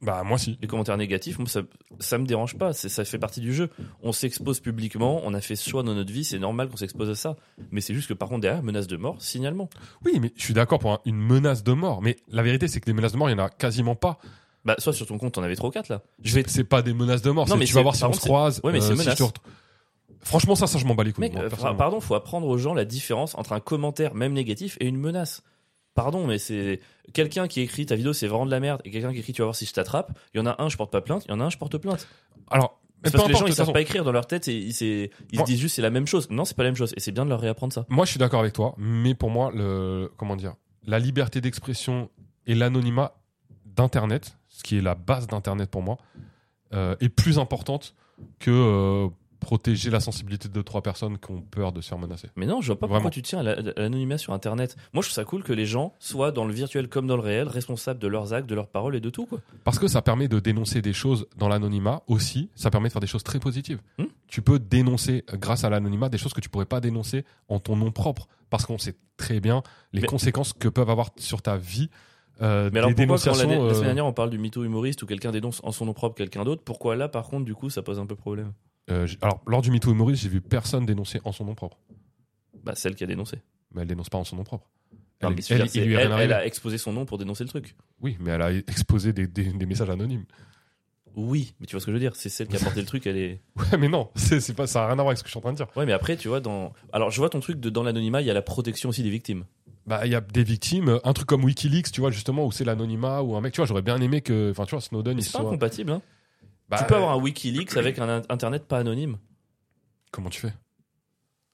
Bah moi si.
Les commentaires négatifs, moi ça, ça me dérange pas. C'est, ça fait partie du jeu. On s'expose publiquement. On a fait ce choix dans notre vie. C'est normal qu'on s'expose à ça. Mais c'est juste que par contre derrière, menace de mort, signalement.
Oui, mais je suis d'accord pour un- une menace de mort. Mais la vérité, c'est que des menaces de mort, il y en a quasiment pas.
Bah, soit sur ton compte, t'en avais trop quatre là. Je vais te-
C'est pas des menaces de mort.
Non,
c'est
mais
tu vas
c'est-
voir si
par
on
contre,
se croise. euh,
c'est- ouais, mais c'est
si je
menace.
te retrouve. Franchement, ça, ça je m'en bats les couilles.
Mec,
moi,
euh, fra-
personnellement.
pardon, faut apprendre aux gens la différence entre un commentaire, même négatif, et une menace. Pardon, mais c'est quelqu'un qui écrit ta vidéo, c'est vraiment de la merde, et quelqu'un qui écrit tu vas voir si je t'attrape. Il y en a un, je porte pas plainte. Il y en a un, je porte plainte.
Alors, mais
C'est
peu
parce que les gens
importe. de
ils
toute
savent
façon,
pas écrire dans leur tête et ils, c'est- ils
Moi-
se disent juste c'est la même chose. Non, c'est pas la même chose et c'est bien de leur réapprendre ça.
Moi, je suis d'accord avec toi, mais pour moi, le comment dire, la liberté d'expression et l'anonymat d'Internet, ce qui est la base d'Internet pour moi, euh, est plus importante que euh, protéger la sensibilité de trois personnes qui ont peur de se faire menacer.
Mais non, je vois pas
Vraiment.
pourquoi tu tiens à la- à l'anonymat sur internet. Moi je trouve ça cool que les gens soient dans le virtuel comme dans le réel, responsables de leurs actes, de leurs paroles et de tout quoi.
Parce que ça permet de dénoncer des choses dans l'anonymat aussi, ça permet de faire des choses très positives.
Hmm.
Tu peux dénoncer, euh, grâce à l'anonymat, des choses que tu pourrais pas dénoncer en ton nom propre, parce qu'on sait très bien les
Mais-
conséquences que peuvent avoir sur ta vie euh,
Mais alors
des
pourquoi quand la,
dénonciations.
la semaine
euh,
dernière on parle du mytho humoriste où quelqu'un dénonce en son nom propre quelqu'un d'autre, pourquoi là par contre du coup ça pose un peu problème
Euh, j'ai- alors, lors du MeToo humoriste, j'ai vu personne dénoncer en son nom propre.
Bah celle qui a dénoncé.
Mais elle dénonce pas en son nom propre.
Non,
Elle-
mais je veux
elle-
dire, c'est-
il lui est
elle-
rien arrivé.
elle a exposé son nom pour dénoncer le truc.
Oui, mais elle a exposé des, des- des messages anonymes. <laughs>
Oui, mais tu vois ce que je veux dire, c'est celle qui a porté le truc, elle est
Ouais, mais non, c'est c'est pas, ça n'a rien à voir avec ce que je suis en train de dire.
Ouais, mais après tu vois dans Alors je vois ton truc de dans l'anonymat, il y a la protection aussi des victimes.
Bah, il y a des victimes, euh, un truc comme Wikileaks, tu vois, justement, où c'est l'anonymat, ou un mec, tu vois, j'aurais bien aimé que, enfin, tu vois, Snowden,
Mais
il
C'est pas
soit.
incompatible hein.
Bah,
tu peux
euh,
avoir un WikiLeaks avec un in- internet pas anonyme.
Comment tu fais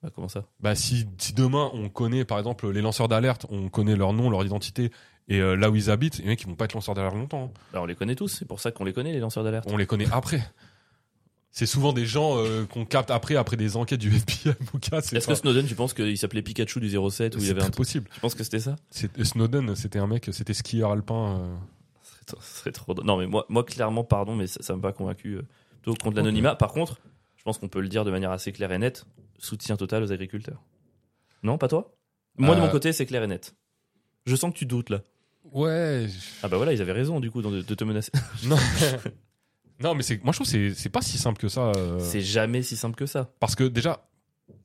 Bah, comment ça
Bah, si, si demain on connaît par exemple les lanceurs d'alerte, on connaît leur nom, leur identité et euh, là où ils habitent, les mecs ils vont pas être lanceurs d'alerte longtemps. hein.
Bah, On les connaît tous, c'est pour ça qu'on les connaît, les lanceurs d'alerte.
On les connaît <laughs> après. C'est souvent des gens euh, qu'on capte après, après des enquêtes du <laughs> FBI, Mouka, c'est
Est-ce
pas-
que Snowden, tu penses qu'il s'appelait Pikachu du 07 ou il y
c'est
avait
très
un truc
possible.
Je pense que c'était ça
C'est- euh, Snowden, c'était un mec, c'était skieur alpin. euh.
Ce serait, ce serait trop. drôle. Non, mais moi, moi clairement, pardon, mais ça ne m'a pas convaincu. euh, plutôt contre l'anonymat. Par contre, je pense qu'on peut le dire de manière assez claire et nette soutien total aux agriculteurs. Non, pas toi Moi, de
Euh.
mon côté, c'est clair et net. Je sens que tu doutes là.
Ouais. je-
Ah bah voilà, ils avaient raison du coup dans- de, de te menacer.
Non. non, mais c'est, moi je trouve que c'est, c'est pas si simple que ça. euh,
<laughs> C'est jamais si simple que ça.
Parce que déjà,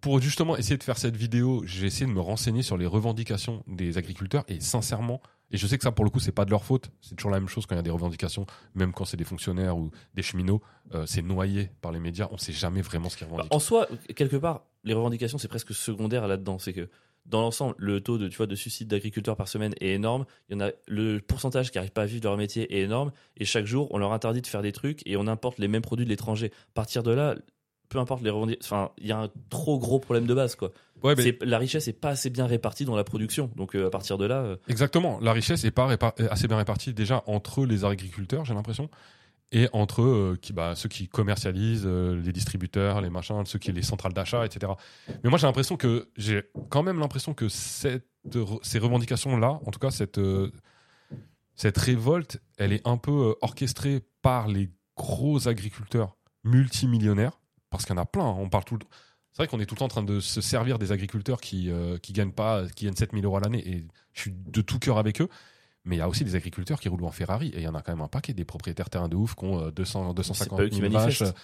pour justement essayer de faire cette vidéo, j'ai essayé de me renseigner sur les revendications des agriculteurs et sincèrement, et je sais que ça pour le coup c'est pas de leur faute, c'est toujours la même chose quand il y a des revendications, même quand c'est des fonctionnaires ou des cheminots, euh, c'est noyé par les médias, on sait jamais vraiment ce qu'ils
Bah,
revendiquent.
en soi, quelque part, les revendications, c'est presque secondaire là-dedans. C'est que dans l'ensemble, le taux de, tu vois, de suicide d'agriculteurs par semaine est énorme. Il y en a, le pourcentage qui n'arrive pas à vivre de leur métier est énorme. Et chaque jour, on leur interdit de faire des trucs et on importe les mêmes produits de l'étranger. À partir de là, peu importe les revendications, enfin, il y a un trop gros problème de base. Quoi.
Ouais, mais-
C'est- La richesse n'est pas assez bien répartie dans la production. Donc euh, à partir de là, euh,
Exactement. La richesse est pas répar- est assez bien répartie déjà entre les agriculteurs, j'ai l'impression, et entre euh, qui, bah, ceux qui commercialisent, euh, les distributeurs, les machins, ceux qui les centrales d'achat, etc. Mais moi, j'ai l'impression que j'ai quand même l'impression que cette, re- ces revendications-là, en tout cas cette euh, cette révolte, elle est un peu euh, orchestrée par les gros agriculteurs multimillionnaires, parce qu'il y en a plein. hein, on parle tout le c'est vrai qu'on est tout le temps en train de se servir des agriculteurs qui euh, qui gagnent pas, qui gagnent 7000 euros à l'année, et je suis de tout cœur avec eux. Mais il y a aussi des agriculteurs qui roulent en Ferrari. Et il y en a quand même un paquet des propriétaires terrains de ouf qui ont euh, 200,
pas
250
eux qui
000 vaches.
manifestent.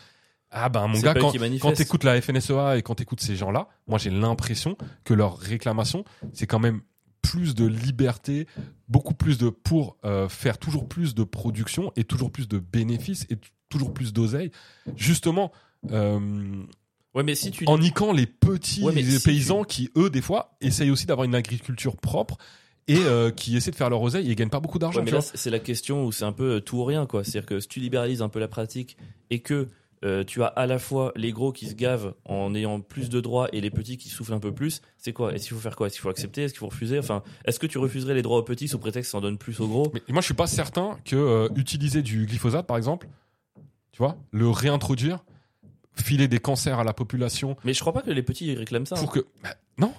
Ah ben mon
C'est
gars,
pas eux
quand,
qui manifestent.
quand t'écoutes la FNSEA E et quand t'écoutes ces gens-là, moi j'ai l'impression que leur réclamation, c'est quand même plus de liberté, beaucoup plus de pour euh, faire toujours plus de production et toujours plus de bénéfices et t- toujours plus d'oseille. Justement, euh,
Ouais, mais si tu
en niquant les petits
Ouais, mais
les
si
paysans qui, eux, des fois, essayent aussi d'avoir une agriculture propre et euh, qui essaient de faire leur oseille et gagnent pas beaucoup d'argent.
Ouais, mais
tu
là,
vois.
c'est c'est la question où c'est un peu euh, tout ou rien, quoi. C'est-à-dire que si tu libéralises un peu la pratique et que euh, tu as à la fois les gros qui se gavent en ayant plus de droits et les petits qui soufflent un peu plus, c'est quoi Est-ce qu'il faut faire quoi Est-ce qu'il faut accepter Est-ce qu'il faut refuser Enfin, est-ce que tu refuserais les droits aux petits sous prétexte que ça en donne plus aux gros
Mais moi, je suis pas certain que euh, utiliser du glyphosate, par exemple, tu vois, le réintroduire, filer des cancers à la population
Mais je crois pas que les petits ils réclament ça. hein.
pour que. Bah, non,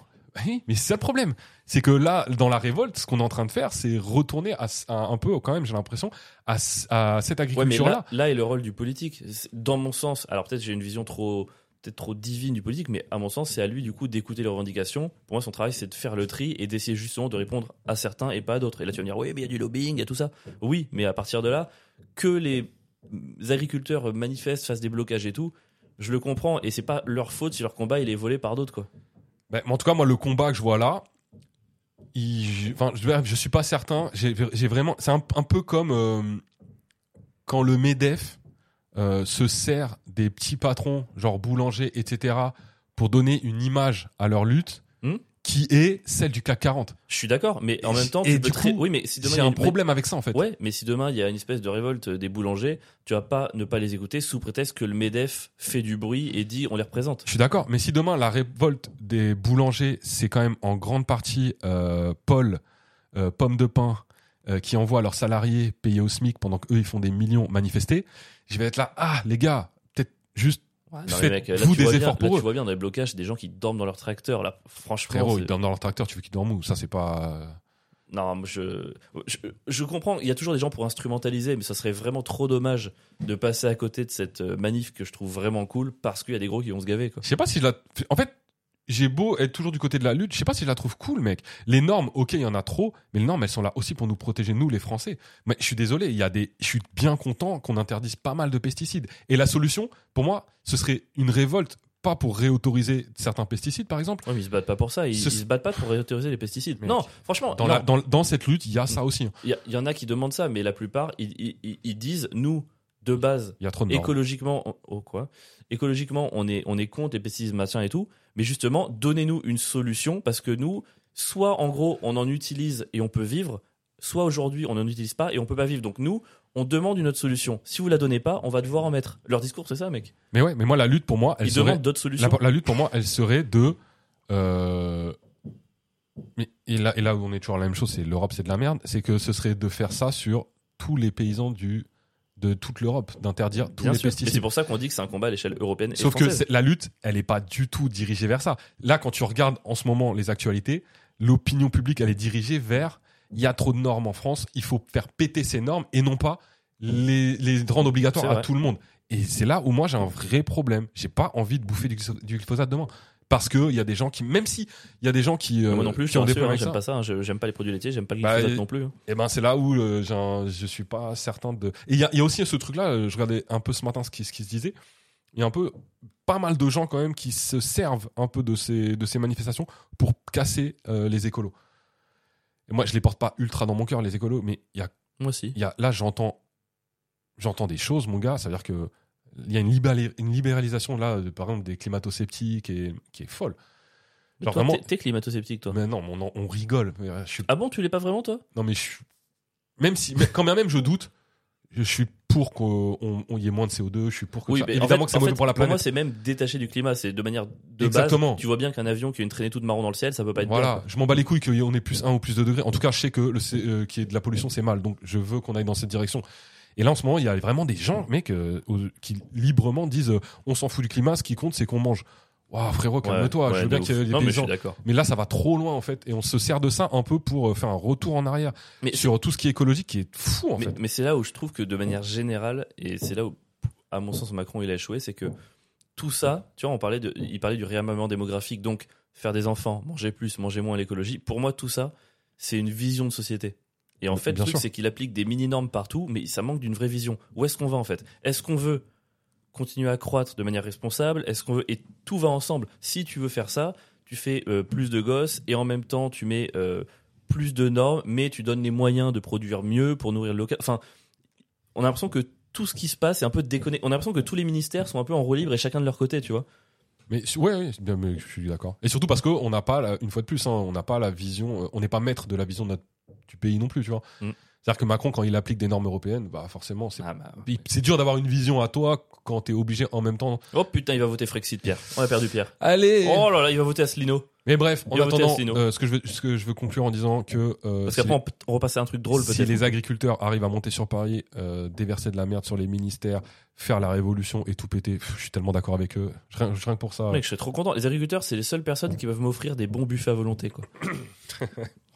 Oui, mais c'est ça le problème. C'est que là, dans la révolte, ce qu'on est en train de faire, c'est retourner à, à- un peu, quand même, j'ai l'impression, à, c- à cette
Ouais, mais
agriculture-là.
là, là est le rôle du politique. C'est- Dans mon sens, alors peut-être j'ai une vision trop peut-être trop divine du politique, mais à mon sens, c'est à lui du coup d'écouter les revendications. Pour moi, son travail, c'est de faire le tri et d'essayer justement de répondre à certains et pas à d'autres. Et là, tu vas me dire, oui, mais il y a du lobbying, il y a tout ça. Oui, mais à partir de là, que les agriculteurs manifestent, fassent des blocages et tout, je le comprends. Et c'est pas leur faute si leur combat il est volé par d'autres, quoi.
Bah, mais en tout cas, moi, le combat que je vois là, il- je- enfin, je, je suis pas certain. J'ai j'ai vraiment, c'est un, un peu comme euh, quand le Medef euh, se sert des petits patrons, genre boulanger, etc., pour donner une image à leur lutte,
Hmm.
qui est celle du CAC 40.
Je suis d'accord, mais en
Et-
même temps, tu
et
peux
du
très-
coup,
oui, mais si demain il
J'ai
y a
un
une- mais-
problème avec ça, en fait.
Ouais, mais si demain il y a une espèce de révolte des boulangers, tu vas pas ne pas les écouter sous prétexte que le Medef fait du bruit et dit on les représente.
Je suis d'accord, mais si demain la révolte des boulangers, c'est quand même en grande partie euh, Paul, euh, pomme de pain, euh, qui envoie leurs salariés payés au SMIC pendant qu'eux ils font des millions manifester, je vais être là, ah les gars, peut-être juste
Non, mais
faites
mec,
vous
tu vois
des
bien,
efforts pour
là,
eux.
tu vois bien dans les blocages c'est des gens qui dorment dans leur tracteur là. Franchement,
frérot,
c'est-
ils dorment dans leur tracteur, tu veux qu'ils dorment où Ça c'est pas.
non, moi, je... je je comprends. Il y a toujours des gens pour instrumentaliser, mais ça serait vraiment trop dommage de passer à côté de cette euh, manif que je trouve vraiment cool parce qu'il y a des gros qui vont se gaver quoi.
Je sais pas si je la. En fait, j'ai beau être toujours du côté de la lutte, je sais pas si je la trouve cool, mec. Les normes, ok, il y en a trop, mais les normes, elles sont là aussi pour nous protéger, nous, les Français. Mais je suis désolé, il y a des. Je suis bien content qu'on interdise pas mal de pesticides. Et la solution, pour moi, ce serait une révolte, pas pour réautoriser certains pesticides, par exemple.
Ouais, mais ils se battent pas pour ça. Ils,
Ce-
ils se battent pas pour réautoriser les pesticides.
Mec,
non, franchement,
Dans,
non.
la- dans, dans cette lutte, il y a ça aussi. hein.
Il y, a- il y en a qui demandent ça, mais la plupart ils- ils- ils- ils disent nous de base
Il y a trop de normes.
écologiquement on- oh, quoi écologiquement on est on est contre les pesticides machin et tout mais justement donnez-nous une solution parce que nous soit en gros on en utilise et on peut vivre soit aujourd'hui on n'en utilise pas et on peut pas vivre donc nous on demande une autre solution si vous la donnez pas on va devoir en mettre leur discours c'est ça mec
Mais ouais, mais moi, la lutte, pour moi, elle
ils
serait.
demandent d'autres
La,
solutions
la lutte pour moi, elle serait de. euh, mais, et, là, et là où on est toujours à la même chose, c'est l'Europe, c'est de la merde. C'est que ce serait de faire ça sur tous les paysans du, de toute l'Europe, d'interdire tous
bien
les
sûr et c'est
pesticides.
pour ça qu'on dit que c'est un combat à l'échelle européenne et
Sauf que
française.
c'est- la lutte, elle n'est pas du tout dirigée vers ça. Là, quand tu regardes en ce moment les actualités, l'opinion publique, elle est dirigée vers il y a trop de normes en France, il faut faire péter ces normes et non pas les, les rendre obligatoires
C'est
à
vrai.
tout le monde. Et c'est là où moi j'ai un vrai problème. J'ai pas envie de bouffer du, glypho- du glyphosate demain. Parce qu'il y a des gens qui, même si il y a des gens qui, euh,
moi non plus
qui ont
je
des
suis hein,
problèmes avec
j'aime
ça,
pas ça hein, je- j'aime pas les produits laitiers j'aime pas le
Bah,
glyphosate
et-
non plus hein.
et ben c'est là où euh, j'ai un- je suis pas certain de. Et il y a, il y a aussi ce truc-là. euh, Je regardais un peu ce matin ce qui, ce qui se disait. Il y a un peu pas mal de gens quand même qui se servent un peu de ces de ces manifestations pour casser euh, les écolos. Et moi je les porte pas ultra dans mon cœur les écolos, mais il y a
moi aussi
il y a- là j'entends j'entends des choses mon gars ça veut dire que il y a une, libali- une libéralisation là de, par exemple des climato-sceptiques et, qui est folle
Mais
genre
toi,
vraiment-
t'es- t'es climato-sceptique toi
mais non mais on, en- on rigole Mais, euh, je suis-
ah bon tu l'es pas vraiment toi
non mais je suis- même si mais quand bien même je doute je suis pour qu'on on- on y ait moins de CO2 je suis pour que
Oui,
ça-
mais en
évidemment
fait-
que c'est
en
mauvais
fait,
pour la
moi,
planète
c'est même détaché du climat. C'est de manière de
Exactement.
base. Tu vois bien qu'un avion qui a une traînée toute marron dans le ciel, ça peut pas être
voilà,
bien.
je m'en bats les couilles qu'on ait plus 1 ou plus 2 degrés. En tout cas, je sais que le, C- euh, qu'il y ait de la pollution, c'est mal. Donc, je veux qu'on aille dans cette direction. Et là, en ce moment, il y a vraiment des gens, mec, euh, aux- qui librement disent euh, on s'en fout du climat, ce qui compte, c'est qu'on mange. Waouh, frérot,
Ouais,
calme-toi.
ouais,
je veux bien
de
qu'il y
ouf.
ait des
Non, mais je
gens.
suis d'accord.
Mais là, ça va trop loin, en fait. Et on se sert de ça un peu pour euh, faire un retour en arrière
Mais-
sur tout ce qui est écologique, qui est fou, Oh, en
Mais,
fait.
mais c'est là où je trouve que de manière générale, et c'est là où, à mon sens, Macron il a échoué, c'est que tout ça, tu vois, on parlait de, il parlait du réarmement démographique, donc faire des enfants, manger plus, manger moins, l'écologie. Pour moi, tout ça, c'est une vision de société. Et en fait,
Bien
le truc,
sûr.
c'est qu'il applique des mini-normes partout, mais ça manque d'une vraie vision. Où est-ce qu'on va, en fait Est-ce qu'on veut continuer à croître de manière responsable Est-ce qu'on veut... Et tout va ensemble. Si tu veux faire ça, tu fais euh, plus de gosses et en même temps, tu mets euh, plus de normes, mais tu donnes les moyens de produire mieux pour nourrir le local. Enfin, on a l'impression que tout ce qui se passe est un peu déconné. On a l'impression que tous les ministères sont un peu en roue libre et chacun de leur côté, tu vois.
Mais su- ouais, ouais, bien, mais je suis d'accord. Et surtout parce qu'on n'a pas, la- une fois de plus, hein, on n'a pas la vision, euh, on n'est pas maître de la vision de notre- du pays non plus, tu vois.
Mm.
C'est-à-dire que Macron, quand il applique des normes européennes, bah forcément, c'est
Ah, bah,
il- c'est dur d'avoir une vision à toi quand t'es obligé en même temps.
Oh putain, il va voter Frexit, Pierre. On a perdu Pierre.
Allez.
Oh là là, il va voter Asselineau.
Mais bref, en
Il a voté
attendant,
Asselineau.
euh, ce que je veux, ce que je veux conclure en disant que euh,
Parce
si-
qu'après, on, peut- on repassait un truc drôle
si
peut-être.
les agriculteurs arrivent à monter sur Paris, euh, déverser de la merde sur les ministères, faire la révolution et tout péter, pff, je suis tellement d'accord avec eux. Je rien je rien que pour ça.
Mec, je suis trop content. Les agriculteurs, c'est les seules personnes qui peuvent m'offrir des bons buffets à volonté,
<coughs>
quoi.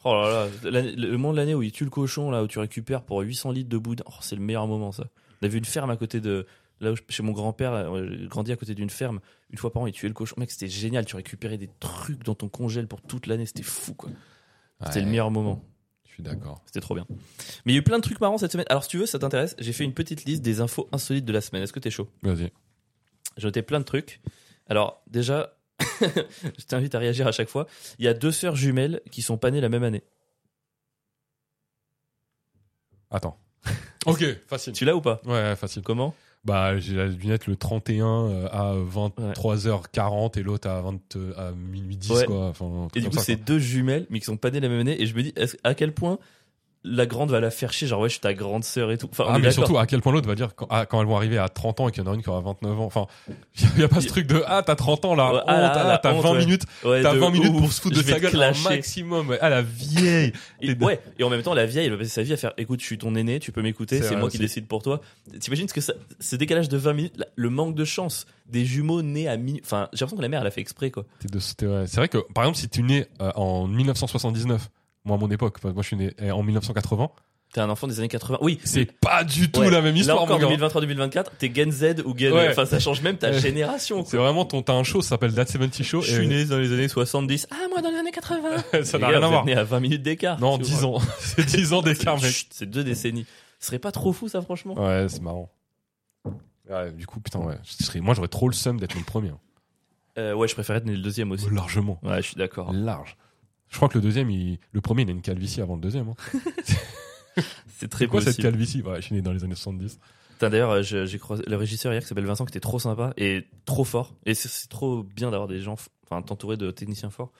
oh là là, l'année- le moment de l'année où ils tuent le cochon, là, où tu récupères pour 800 litres de boudin. Oh, c'est le meilleur moment, ça. On avait une ferme à côté de. Là où je- chez mon grand-père, là, euh, j'ai grandi à côté d'une ferme. Une fois par an, ils tuaient le cochon. Mec, c'était génial. Tu récupérais des trucs dans ton congèle pour toute l'année. C'était fou, quoi. C'était le
Ouais,
meilleur moment.
Je suis d'accord.
C'était trop bien. Mais il y a eu plein de trucs marrants cette semaine. Alors, si tu veux, ça t'intéresse, j'ai fait une petite liste des infos insolites de la semaine. Est-ce que t'es chaud
Vas-y.
j'ai noté plein de trucs. Alors, déjà, <laughs> je t'invite à réagir à chaque fois. Il y a deux sœurs jumelles qui sont pas nées la même année.
Attends. <laughs> ok, facile.
Tu l'as ou pas
Ouais, facile.
Comment
Bah, j'ai la lunette le 31 euh, à 23h40 et l'autre à, 20, euh, à minuit 10,
Ouais.
quoi. Enfin, un truc
Et du
comme
coup,
ça,
c'est
quoi.
deux jumelles, mais qui sont pas nées la même année. Et je me dis, est-ce- à quel point la grande va la faire chier Genre, ouais, je suis ta grande sœur et tout. Enfin, on
Ah,
est
mais
d'accord.
surtout, à quel point l'autre va dire quand, ah, quand elles vont arriver à 30 ans et qu'il y en a une qui aura 29 ans. Enfin, <laughs> il n'y a pas ce truc de Ah, t'as 30 ans là,
Ouais,
honte,
ah, là,
ah,
la
t'as
honte,
20
ouais.
minutes,
Ouais,
t'as
de
20 minutes
ouf.
pour se foutre de
Je vais
sa
te
gueule un
clasher.
maximum. ouais. Ah, la vieille.
Et, ouais, et en même temps, la vieille, elle va passer sa vie à faire écoute, je suis ton aîné, tu peux m'écouter,
C'est
c'est
vrai
moi qui
aussi.
décide pour toi. T'imagines ce que ça, ce décalage de 20 minutes, la- le manque de chance des jumeaux nés à mi. Enfin, j'ai l'impression que la mère, elle a fait exprès, quoi.
T'es de- t'es- ouais. C'est vrai que, par exemple, si tu es né euh, en 1979, moi à mon époque, enfin, moi je suis né euh, en 1980,
T'es un enfant des années 80. Oui,
c'est pas du tout
Ouais.
la même
Là
histoire,
encore,
mon gars.
2023-2024, t'es Gen Z ou Gen.
Ouais.
Enfin, ça change même ta
<laughs> Ouais.
génération. quoi.
C'est vraiment ton. T'as un show, ça s'appelle That 70 Show.
Je
et-
suis né dans les années 70. Ah, moi dans les années 80.
<laughs> ça
Les
n'a
gars,
rien à
vous
voir.
êtes nés à 20 minutes d'écart.
Non,
tu
10
vois.
ans. C'est 10 ans d'écart, mec.
Chut, <laughs> C'est deux décennies. Ce serait pas trop fou, ça, franchement.
Ouais, c'est marrant. Ouais, du coup, putain, ouais. je serais- moi, j'aurais trop le seum d'être le premier. hein.
Euh, ouais, je préférais être né le deuxième aussi.
Largement.
Ouais, je suis d'accord.
Large. Je crois que le deuxième, il- le premier, il a une calvitie avant le deuxième. hein.
C'est très
C'est quoi cette
possible.
calvitie Ouais, Je suis né dans les années 70.
Putain, D'ailleurs, euh, je- j'ai croisé le régisseur hier qui s'appelle Vincent, qui était trop sympa et trop fort. Et c'est- c'est trop bien d'avoir des gens, f- enfin, t'entourer de techniciens forts.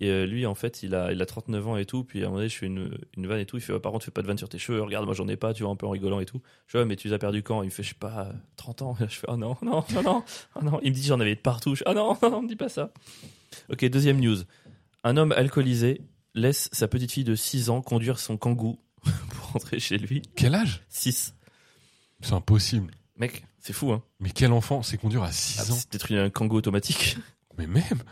Et euh, lui, en fait, il a, il a 39 ans et tout. Puis à un moment donné, je fais une, une vanne et tout. Il fait, ouais, par contre, tu fais pas de vanne sur tes cheveux. Regarde, moi, j'en ai pas, tu vois, un peu en rigolant et tout. Je fais, ouais, mais tu les as perdu quand Il me fait, je sais pas, euh, 30 ans. <laughs> Je fais, oh non, non, non, non, oh non. Il me dit, j'en avais de partout. Je fais, oh non, <laughs> non, non, me dis pas ça. Ok, deuxième news. Un homme alcoolisé laisse sa petite fille de 6 ans conduire son kangou <laughs> pour rentrer chez lui.
Quel âge
6.
C'est impossible.
Mec, c'est fou, hein.
Mais quel enfant sait conduire à
Ah,
6 ans
c'est peut-être une- un kango
<laughs>
automatique. <laughs>
Mais même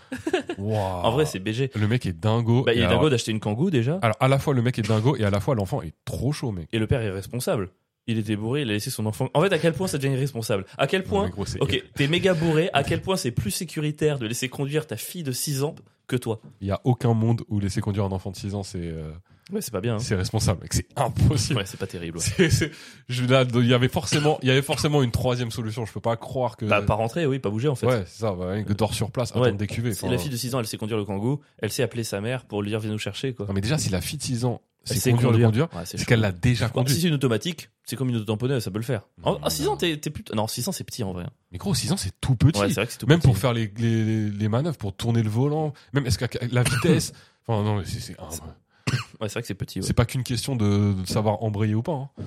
Waouh.
En vrai, c'est BG.
Le mec est dingo.
Bah, il
Ah. Oh, Et
est
alors- Ah.
dingo d'acheter une kangoo déjà.
Alors, à la fois, le mec est dingo et à la fois, l'enfant est trop chaud, mec.
Et le père est responsable. Il était bourré, il a laissé son enfant. En fait, à quel point ça devient irresponsable À quel
Non,
point.
mais gros, c'est-
Ok, t'es méga bourré. À
<laughs>
quel point c'est plus sécuritaire de laisser conduire ta fille de 6 ans que toi
Il n'y a aucun monde où laisser conduire un enfant de 6 ans, c'est euh,
Ouais, c'est pas bien. hein.
c'est responsable. mec. C'est impossible.
Ouais, c'est pas terrible. ouais.
<laughs> C'est- c'est- je- là, il y avait forcément, il y avait forcément une troisième solution. Je peux pas croire que.
Bah, pas rentrer, oui, pas bouger en fait.
Ouais, c'est ça. Bah, que dort sur place,
Ouais.
attendre des cuvées.
Si
enfin.
la fille de 6 ans, elle sait conduire le kangoo, elle sait appeler sa mère pour lui dire viens nous chercher quoi.
Non, mais déjà, si la fille de 6 ans
Elle
sait Ah, conduire, le conduire,
Ouais, c'est
c'est
chaud.
qu'elle l'a déjà
Bon, Si
conduit.
c'est une automatique, c'est comme une auto-tamponneuse, ça peut le faire. En-
Non,
Ah, 6 ans,
non.
t'es t'es plutôt. Non, 6 ans, c'est petit en vrai. hein.
Mais gros, 6 ans, c'est tout petit.
Ouais, c'est vrai que c'est tout
même
petit.
pour faire les, les, les- les manœuvres, pour tourner le volant, même est-ce que
<coughs>
la vitesse. Enfin, non, mais c'est- c'est ah, ouais.
Ouais, c'est vrai que c'est petit. ouais.
C'est pas qu'une question de, de savoir embrayer ou pas. hein.
Bon,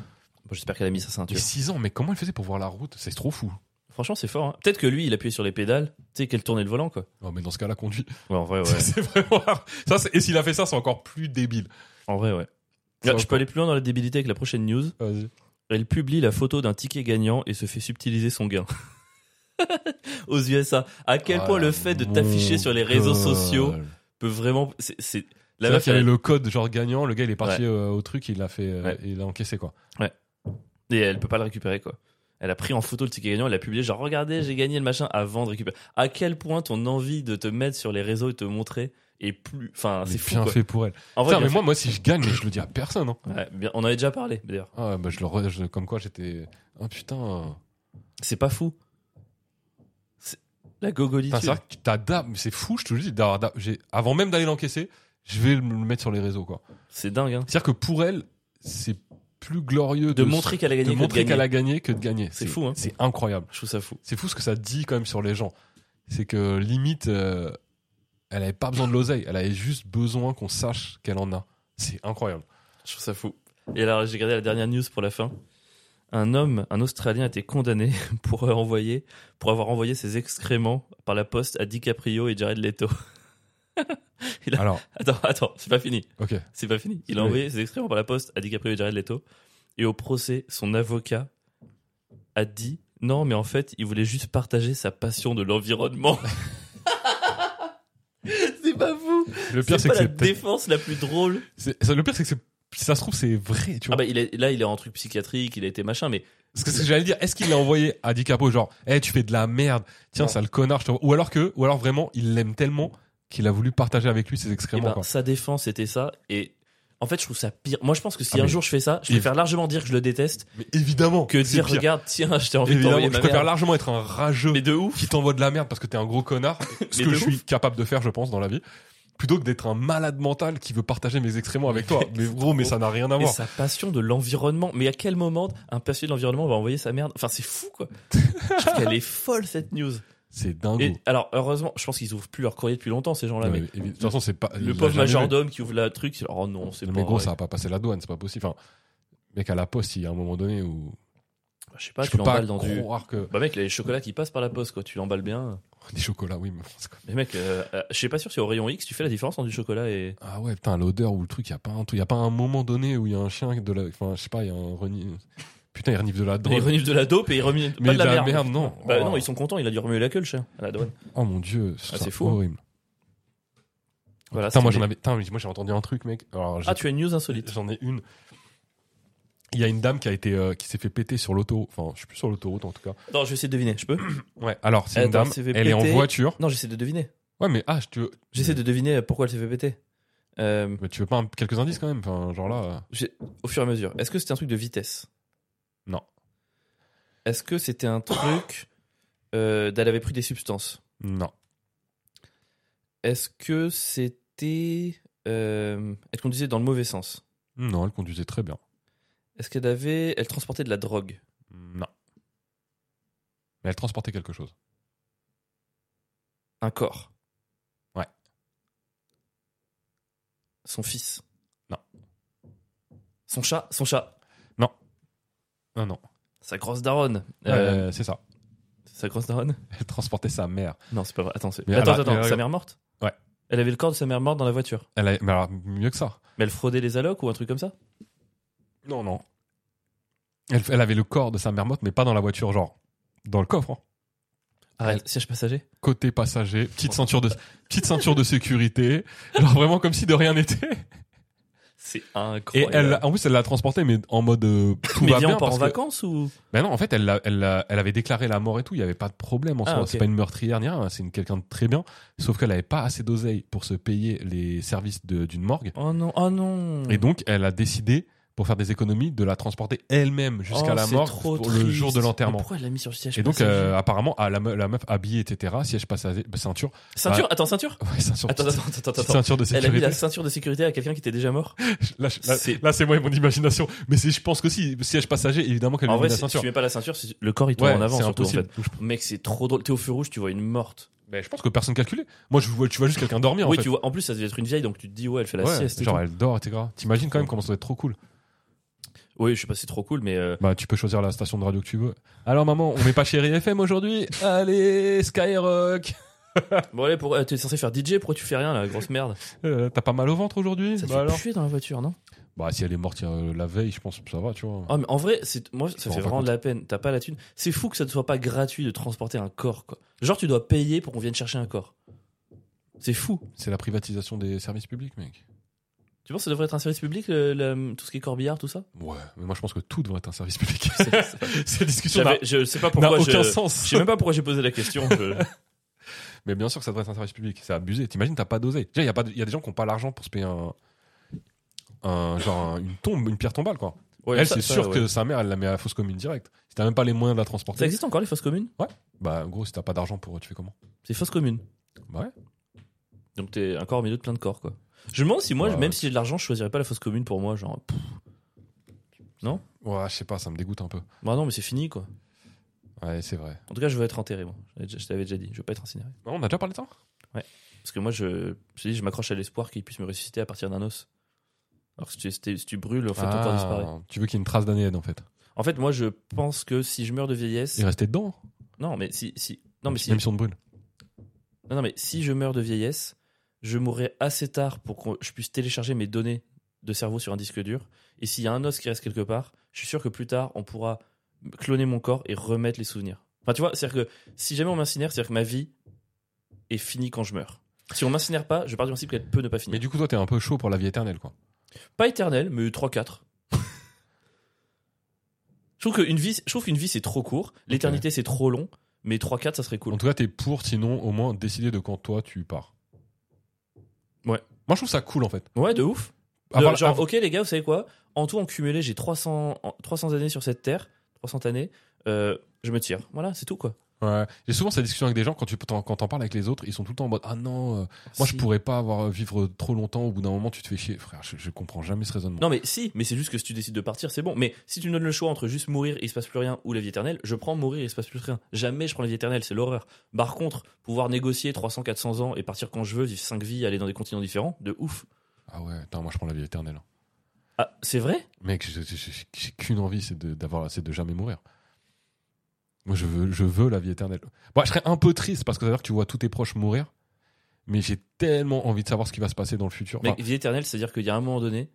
J'espère qu'elle a mis sa
Mais
ceinture.
6 ans, mais comment elle faisait pour voir la route C'est trop fou.
Franchement, c'est fort. hein. Peut-être que lui, il appuyait sur les pédales, tu sais, qu'elle tournait le volant, quoi.
Non, mais dans ce cas-là, conduit.
Ouais, en vrai, ouais.
Ça, <laughs> c'est vraiment. Ça, c'est- et s'il a fait ça, c'est encore plus débile.
<laughs> en vrai, ouais.
C'est
Regarde, je
encore-
peux aller plus loin dans la débilité avec la prochaine news.
Vas-y.
Elle publie la photo d'un ticket gagnant et se fait subtiliser son gain. <laughs> Aux USA. À quel
Oh
point
la
le fait de t'afficher sur les réseaux
gueule.
sociaux peut vraiment. c'est- C'est. La
La meuf,
meuf,
il avait
elle,
le code genre gagnant, le gars il est parti euh, au truc, il l'a fait, euh,
Ouais. Ah,
il l'a encaissé quoi.
et elle peut pas le récupérer, quoi. Elle a pris en photo le ticket gagnant, elle a publié, genre, regardez, j'ai gagné le machin avant de récupérer. À quel point ton envie de te mettre sur les réseaux et te montrer Et plus. Enfin,
Mais
c'est fou.
bien
quoi.
fait pour elle.
En vrai,
Putain, mais
bien
moi, moi, si je gagne, je le dis à personne. hein.
fait. Ouais, bien- on en avait déjà parlé, d'ailleurs.
Ah, bah, je le re- je- comme quoi j'étais. Ah putain. euh,
C'est pas fou. C'est- La gogolitude.
putain, c'est vrai que t'as dab- mais c'est fou, je te le dis. d'avoir dab- j'ai- Avant même d'aller l'encaisser, je vais le mettre sur les réseaux, quoi.
C'est dingue, hein.
C'est-à-dire que pour elle, c'est plus glorieux
De
de,
montrer qu'elle a
de
gagné. que de
montrer
gagner.
qu'elle a gagné que de gagner.
C'est fou, hein.
C'est incroyable.
Je trouve ça fou.
C'est fou ce que ça dit quand même sur les gens. C'est que limite, euh, elle avait pas besoin de l'oseille. Elle avait juste besoin qu'on sache qu'elle en a. C'est
<laughs>
incroyable.
Je trouve ça fou. Et alors, j'ai regardé la dernière news pour la fin. Un homme, un Australien, a été condamné <laughs> pour, euh, envoyer, pour avoir envoyé ses excréments par la poste à DiCaprio et Jared Leto. <laughs> Là.
Alors,
Attends, attends, c'est pas fini.
ok.
C'est pas fini. Il a
Oui.
envoyé ses excréments par la poste à DiCaprio et Jared Leto. Et au procès, son avocat a dit non, mais en fait, il voulait juste partager sa passion de
<laughs>
l'environnement. c'est pas fou.
Le pire,
C'est
c'est
pas
que
la
c'est peut-être-
défense la plus drôle.
c'est- ça- Le pire, c'est que c'est- si ça se trouve, c'est vrai,
Ah
tu vois.
bah il est, là, il est en truc psychiatrique, il a été machin, mais
Parce que c'est ce que j'allais dire, est-ce qu'il l'a envoyé à DiCapo genre, Eh, tu fais de la merde, tiens,
Non.
sale connard, je te... ou alors que, ou alors vraiment, il l'aime tellement qu'il a voulu partager avec lui ses
eh
excréments.
ben,
quoi.
sa défense était ça. Et en fait, je trouve ça pire. Moi, je pense que si
Ah,
un
mais-
jour je fais ça, je
Il-
préfère largement dire que je le déteste
Mais évidemment,
que
c'est
dire
pire.
regarde, tiens, je t'ai envie de
Évidemment,
t'envoyer
je
ma
préfère
merde.
largement être un rageux
Mais de ouf.
qui t'envoie de la merde parce que t'es un
<laughs>
gros connard, ce
Mais
que
de
je suis
ouf.
capable de faire, je pense, dans la vie, plutôt que d'être un malade mental qui veut partager mes excréments avec
<laughs>
toi. Mais gros, mais ça n'a rien à
Et
voir.
sa passion de l'environnement. Mais à quel moment un passionné de l'environnement va envoyer sa merde Enfin, c'est fou
<laughs>
quoi. je trouve qu'elle est folle cette news.
C'est dingue.
Et alors, heureusement, je pense qu'ils ouvrent plus leur courrier depuis longtemps ces gens-là.
Non,
mais
mais évi- De toute façon, c'est pas. il
le
l'a
pauvre
Ah jamais vu.
majordome qui ouvre la truc, c'est oh non, c'est
Non,
pas.
Mais gros,
vrai.
ça va pas passer la douane, c'est pas possible. Enfin, mec, à la poste, il y a un moment donné où.
Bah, Je sais pas,
je
tu
peux pas
l'emballes dans du.
croire que. Oh,
Bah mec, les chocolats qui passent par la poste quoi, tu l'emballes bien.
Des chocolats, oui, mais bon, c'est quoi
Mais mec, euh, euh, je sais pas sûr si au rayon X tu fais la différence entre du chocolat et.
Ah ouais, putain, l'odeur ou le truc, il y a pas un truc, y a pas un moment donné où il y a un chien de la enfin je sais pas, il y a un renif Putain, il renifle de la
Ils
drogue.
reniflent de la dope et ils remettent
Mais
pas de la, merde.
non.
Bah
oh.
non, ils sont contents, il a dû remuer la queue le chien à la douane.
Oh mon dieu, ça,
c'est
c'est
fou. hein.
horrible.
Voilà,
putain, moi
c'était-
j'en avais putain, mais moi j'ai entendu un truc mec. Alors, j'ai-
Ah, tu as une news insolite.
j'en ai une. Il y a une dame qui a été euh, qui s'est fait péter sur l'auto, enfin, je suis plus sur l'autoroute en tout cas.
Non, je vais essayer de deviner, je peux
Ouais, alors c'est une
Attends,
dame,
s'est
elle
fait
est en
péter.
voiture.
Non, j'essaie de deviner.
Ouais, mais ah, je te
J'essaie de deviner pourquoi elle s'est fait péter. Euh,
mais tu veux pas un- quelques indices quand même, enfin, genre là. euh,
j'ai- au fur et à mesure. Est-ce que c'était un truc de vitesse
Non.
Est-ce que c'était un truc euh, d'elle avait pris des substances
Non.
Est-ce que c'était euh, elle conduisait dans le mauvais sens
Non, elle conduisait très bien.
Est-ce qu'elle avait elle transportait de la drogue
Non. Mais elle transportait quelque chose.
Un corps
Ouais.
Son fils
Non.
Son chat Son chat
Non, non.
Sa grosse daronne Euh,
Euh, c'est ça. <laughs>
Sa grosse daronne
Elle transportait sa mère.
Non, c'est pas vrai. Attends, c'est-
Mais
attends,
alors-
attends,
mais
sa
regarde.
mère morte
Ouais.
Elle avait le corps de sa mère morte dans la voiture.
Elle a- Mais alors, mieux que ça.
Mais elle fraudait les allocs ou un truc comme ça
Non, non. Elle, elle avait le corps de sa mère morte, mais pas dans la voiture, genre dans le coffre. hein.
Arrête, Ah, siège passager
Côté passager, petite ceinture de, petite ceinture de sécurité, genre vraiment comme si de rien n'était.
C'est
Et
incroyable.
elle, en plus, elle l'a transportée, mais en mode euh, tout
Mais
va
viens,
bien.
on part en
parce que-
vacances ou
Ben non, en fait, elle, l'a- elle, l'a- elle avait déclaré la mort et tout. Il n'y avait pas de problème en
Ah,
soi.
ok.
C'est pas une meurtrière ni rien. C'est une quelqu'un de très bien. Sauf qu'elle n'avait pas assez d'oseille pour se payer les services de- d'une morgue.
Oh non, oh non
Et donc, elle a décidé, pour faire des économies, de la transporter elle-même jusqu'à
Oh,
la
c'est
mort
trop
pour le jour
triste.
de
Mais
l'enterrement.
Pourquoi elle l'a mis sur le siège
Et donc,
passager
euh, apparemment, ah, la, me- la meuf habillée, etc., siège passager, bah, ceinture. <laughs>
Ceinture Attends, ceinture
Ouais, ceinture,
Attends,
petite-
attends, attends, attends.
petite ceinture de
Elle a mis
sécurité.
la ceinture de sécurité à quelqu'un qui était déjà mort
Là, je- là-
C'est-
là, c'est moi et mon imagination. Mais c'est- je pense que si, siège passager, évidemment qu'elle lui
En
a
vrai,
mis la
si
ceinture.
tu mets pas la ceinture, c'est- le corps il tombe
Ouais,
en avant
c'est
surtout en
impossible.
fait. Mec, c'est trop drôle. T'es au feu rouge, tu vois une morte.
Mais je pense que personne calculait. Moi, je vois, tu vois juste quelqu'un dormir.
oui,
en fait.
tu vois. En plus, ça devait être une vieille, donc tu te dis ouais, elle fait la
Ouais,
sieste. et
genre
tout.
elle dort, etc. T'imagines quand même comment ça doit être trop cool.
Oui, je sais pas, c'est trop cool, mais euh,
Bah tu peux choisir la station de radio que tu veux. Alors maman, on met pas Chérie FM aujourd'hui Allez, Skyrock
bon allez, pour... euh, t'es censé faire DJ, pourquoi tu fais rien là, grosse merde
Euh, T'as pas mal au ventre aujourd'hui
Ça te
Bah
fait
alors
puer dans la voiture, non
Bah si elle est morte euh, la veille, je pense que ça va, tu vois.
Ah, mais en vrai, c'est moi, ça
rends
fait
pas
vraiment de la peine. T'as pas la thune. C'est fou que ça ne soit pas gratuit de transporter un corps. Quoi. Genre, tu dois payer pour qu'on vienne chercher un corps. C'est fou.
C'est la privatisation des services publics, mec.
Tu penses que ça devrait être un service public, le- le- tout ce qui est corbillard, tout ça
Ouais, mais moi je pense que tout devrait être un service public.
<laughs> C'est- c'est-
Cette discussion n'a
j'avais- Je sais pas
n'a
pourquoi.
aucun
je,
sens. <laughs>
je sais même pas pourquoi j'ai posé la question. je-
Mais bien sûr que ça devrait être un service public. C'est abusé. T'imagines, t'as pas dosé. Déjà, il y, a pas de- y a des gens qui n'ont pas l'argent pour se payer un. un- genre un- une tombe, une pierre tombale, quoi.
Ouais,
elle,
ça-
c'est
ça,
sûr
ouais.
que sa mère, elle la met à la fosse commune direct. Si t'as même pas les moyens de la
Ça
transporter,
existe encore les fosses communes
bah, en gros, si t'as pas d'argent pour, tu fais comment
C'est fosses communes.
Bah ouais.
Donc t'es encore au milieu de plein de corps, quoi. Je me demande si moi,
Ouais, ouais.
même si j'ai de l'argent, je choisirais pas la fosse commune pour moi. Genre, pff,
Ouais, je sais pas, ça me dégoûte un peu.
bah non, mais c'est fini, quoi.
Ouais, c'est vrai.
En tout cas, je veux être enterré, moi. Je l'avais déjà- Je t'avais déjà dit, je veux pas être incinéré.
Non, on a déjà parlé de ça
Parce que moi, je, je, te dis, je m'accroche à l'espoir qu'il puisse me ressusciter à partir d'un os. Alors que si tu, si tu- si tu brûles, en fait, ton corps
Ah,
disparaît.
Tu veux qu'il y ait une trace d'ADN, en fait.
En fait, moi, je pense que si je meurs de vieillesse.
Il restait dedans.
Non, mais si. si... Non, mais si...
Même si on te brûle.
Non, non, mais si je meurs de vieillesse, je mourrai assez tard pour que je puisse télécharger mes données de cerveau sur un disque dur. Et s'il y a un os qui reste quelque part, je suis sûr que plus tard, on pourra cloner mon corps et remettre les souvenirs. Enfin, tu vois, c'est-à-dire que si jamais on m'incinère, c'est-à-dire que ma vie est finie quand je meurs. Si on m'incinère pas, je pars du principe qu'elle peut ne pas finir.
Mais du coup, toi, t'es un peu chaud pour la vie éternelle, quoi.
Pas éternelle, mais 3-4. je trouve qu'une vie, je trouve qu'une vie c'est trop court. L'éternité c'est trop long. Mais 3-4, ça serait cool.
En tout cas, t'es pour, sinon, au moins, décider de quand toi, tu pars.
Ouais.
Moi, je trouve ça cool, en fait.
Ouais, de ouf.
À
De-
part-
genre,
à-
ok les gars, vous savez quoi En tout, en cumulé, j'ai 300, en- 300 années sur cette terre, 300 années, euh, je me tire. Voilà, c'est tout quoi.
ouais. J'ai souvent cette discussion avec des gens, quand tu t'en- quand t'en parles avec les autres, ils sont tout le temps en mode Ah non, euh, moi, je
Si.
pourrais pas avoir euh, vivre trop longtemps, au bout d'un moment, tu te fais chier. Frère, je, je comprends jamais ce raisonnement.
Non mais si, mais c'est juste que si tu décides de partir, c'est bon. Mais si tu me donnes le choix entre juste mourir et il se passe plus rien ou la vie éternelle, je prends mourir et il se passe plus rien. Jamais je prends la vie éternelle, c'est l'horreur. Par contre, pouvoir négocier 300, 400 ans et partir quand je veux, vivre 5 vies, aller dans des continents différents, de ouf.
Ah ouais, attends, moi, je prends la vie éternelle. hein.
Ah, c'est vrai
Mec, j'ai- j'ai j'ai- j'ai qu'une envie, c'est de, d'avoir- c'est de jamais mourir. Moi, je veux, je veux la vie éternelle. Bon, je serais un peu triste parce que ça veut dire que tu vois tous tes proches mourir, mais j'ai tellement envie de savoir ce qui va se passer dans le futur.
Mec,
Enfin,
vie éternelle, c'est-à-dire qu'il y a un moment donné,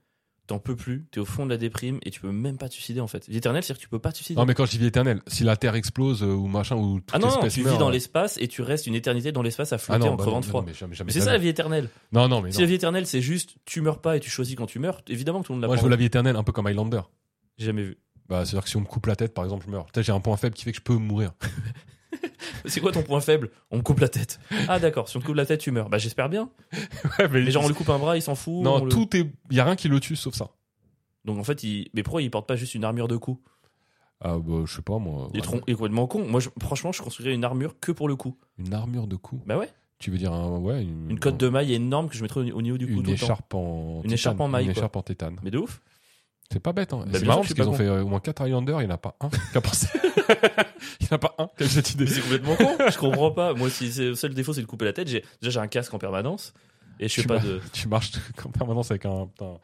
t'en peux plus, t'es au fond de la déprime et tu peux même pas te suicider en fait. Vie éternelle, c'est-à-dire que tu peux pas te suicider.
non, mais quand je dis vie éternelle, si la Terre explose euh, ou machin, ou toute
Ah non, non,
espèce
tu
meurt,
vis dans
euh,
l'espace et tu restes une éternité dans l'espace à
ah
flotter
non,
en
bah
crevant
non,
de froid.
non, mais jamais, jamais
Mais c'est
de
ça
la
la
vie.
vie éternelle.
Non, non, mais
Si
non.
la vie éternelle, c'est juste tu meurs pas et tu choisis quand tu meurs, évidemment que tout le monde l'a
Moi, je veux la vie éternelle un peu comme Highlander.
J'ai jamais vu. <laughs>
Bah, c'est-à-dire que si on me coupe la tête, par exemple, je meurs. Peut-être j'ai un point faible qui fait que je peux mourir.
C'est quoi ton point faible On me coupe la tête. Ah d'accord, si on te coupe la tête, tu meurs. Bah j'espère bien.
<laughs> Ouais, mais
Les gens, on lui coupe un bras, il s'en fout. on
Non,
le-
tout est. Il y a rien qui le tue sauf ça.
Donc en fait, il... mais pourquoi il porte pas juste une armure de cou
Ah, bah, je sais pas, moi.
Il est
ouais.
tron- il est complètement con. Moi, je- franchement, je construirais une armure que pour le cou.
Une armure de cou.
Bah ouais,
Tu veux dire un, ouais, une,
une cotte de maille énorme que je mettrais au au niveau du cou
une
tout le temps.
écharpe en
Une
titane,
écharpe en maille,
une
quoi.
écharpe en tétane.
Mais de ouf.
C'est pas bête. Hein.
bien
c'est
sûr
marrant
que
parce
je suis
qu'ils ont
pas
fait euh, au moins 4 Highlanders, il n'y en a pas
<laughs>
un qui a pensé. <laughs> il n'y en a pas un qui a eu cette idée.
C'est complètement con. Je comprends pas. Moi, si c'est- le seul défaut, c'est de couper la tête. J'ai- Déjà, j'ai un casque en permanence et je
Tu
fais pas
m'as-
de.
<laughs> Tu marches <laughs> en permanence avec un. putain.
Non,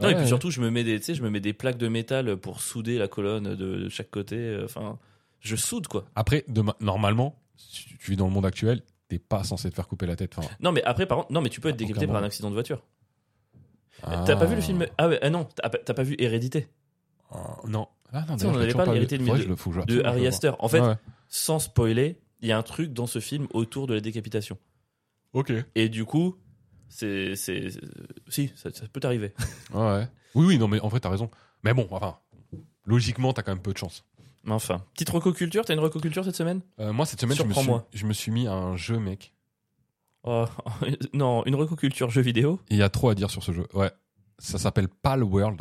Ouais,
et puis
ouais.
surtout, je me mets des, tu sais, je me mets des plaques de métal pour souder la colonne de, de chaque côté. euh, Enfin, je soude quoi.
Après, demain, normalement, si tu, tu vis dans le monde actuel, t'es pas censé te faire couper la tête. Enfin,
Non, mais après, par contre, non, mais tu peux être décapité
Ah, Aucun
par un
moment.
accident de voiture.
ah.
T'as pas vu le film Ah ouais, ah non, t'as pas- t'as pas vu Hérédité
Ah, Non. Ah,
Euh,
non,
Tu sais, on en
d'ailleurs, je l'ai
avait
toujours
pas
vu.
hérité de
Faudrait
mes
que je le- faut que je-
de
absolument que je
Harry
le vois.
Astor. En fait,
Ouais.
sans spoiler, il y a un truc dans ce film autour de la décapitation.
Ok. Ouais,
Et du coup, c'est, c'est, c'est- si, ça, ça peut t'arriver. <laughs>
ouais. Oui, oui, non, mais en vrai, t'as raison. Mais bon, enfin, logiquement, t'as quand même peu de chance.
Mais enfin, petite recoculture. T'as une recoculture cette semaine
Euh, moi, cette semaine, je me, suis,
Surprends-moi.
je me suis mis à un jeu, mec.
Oh, <laughs> non, une recoculture jeu vidéo.
Et Il y a trop à dire sur ce jeu. Ouais. Ça s'appelle PAL World.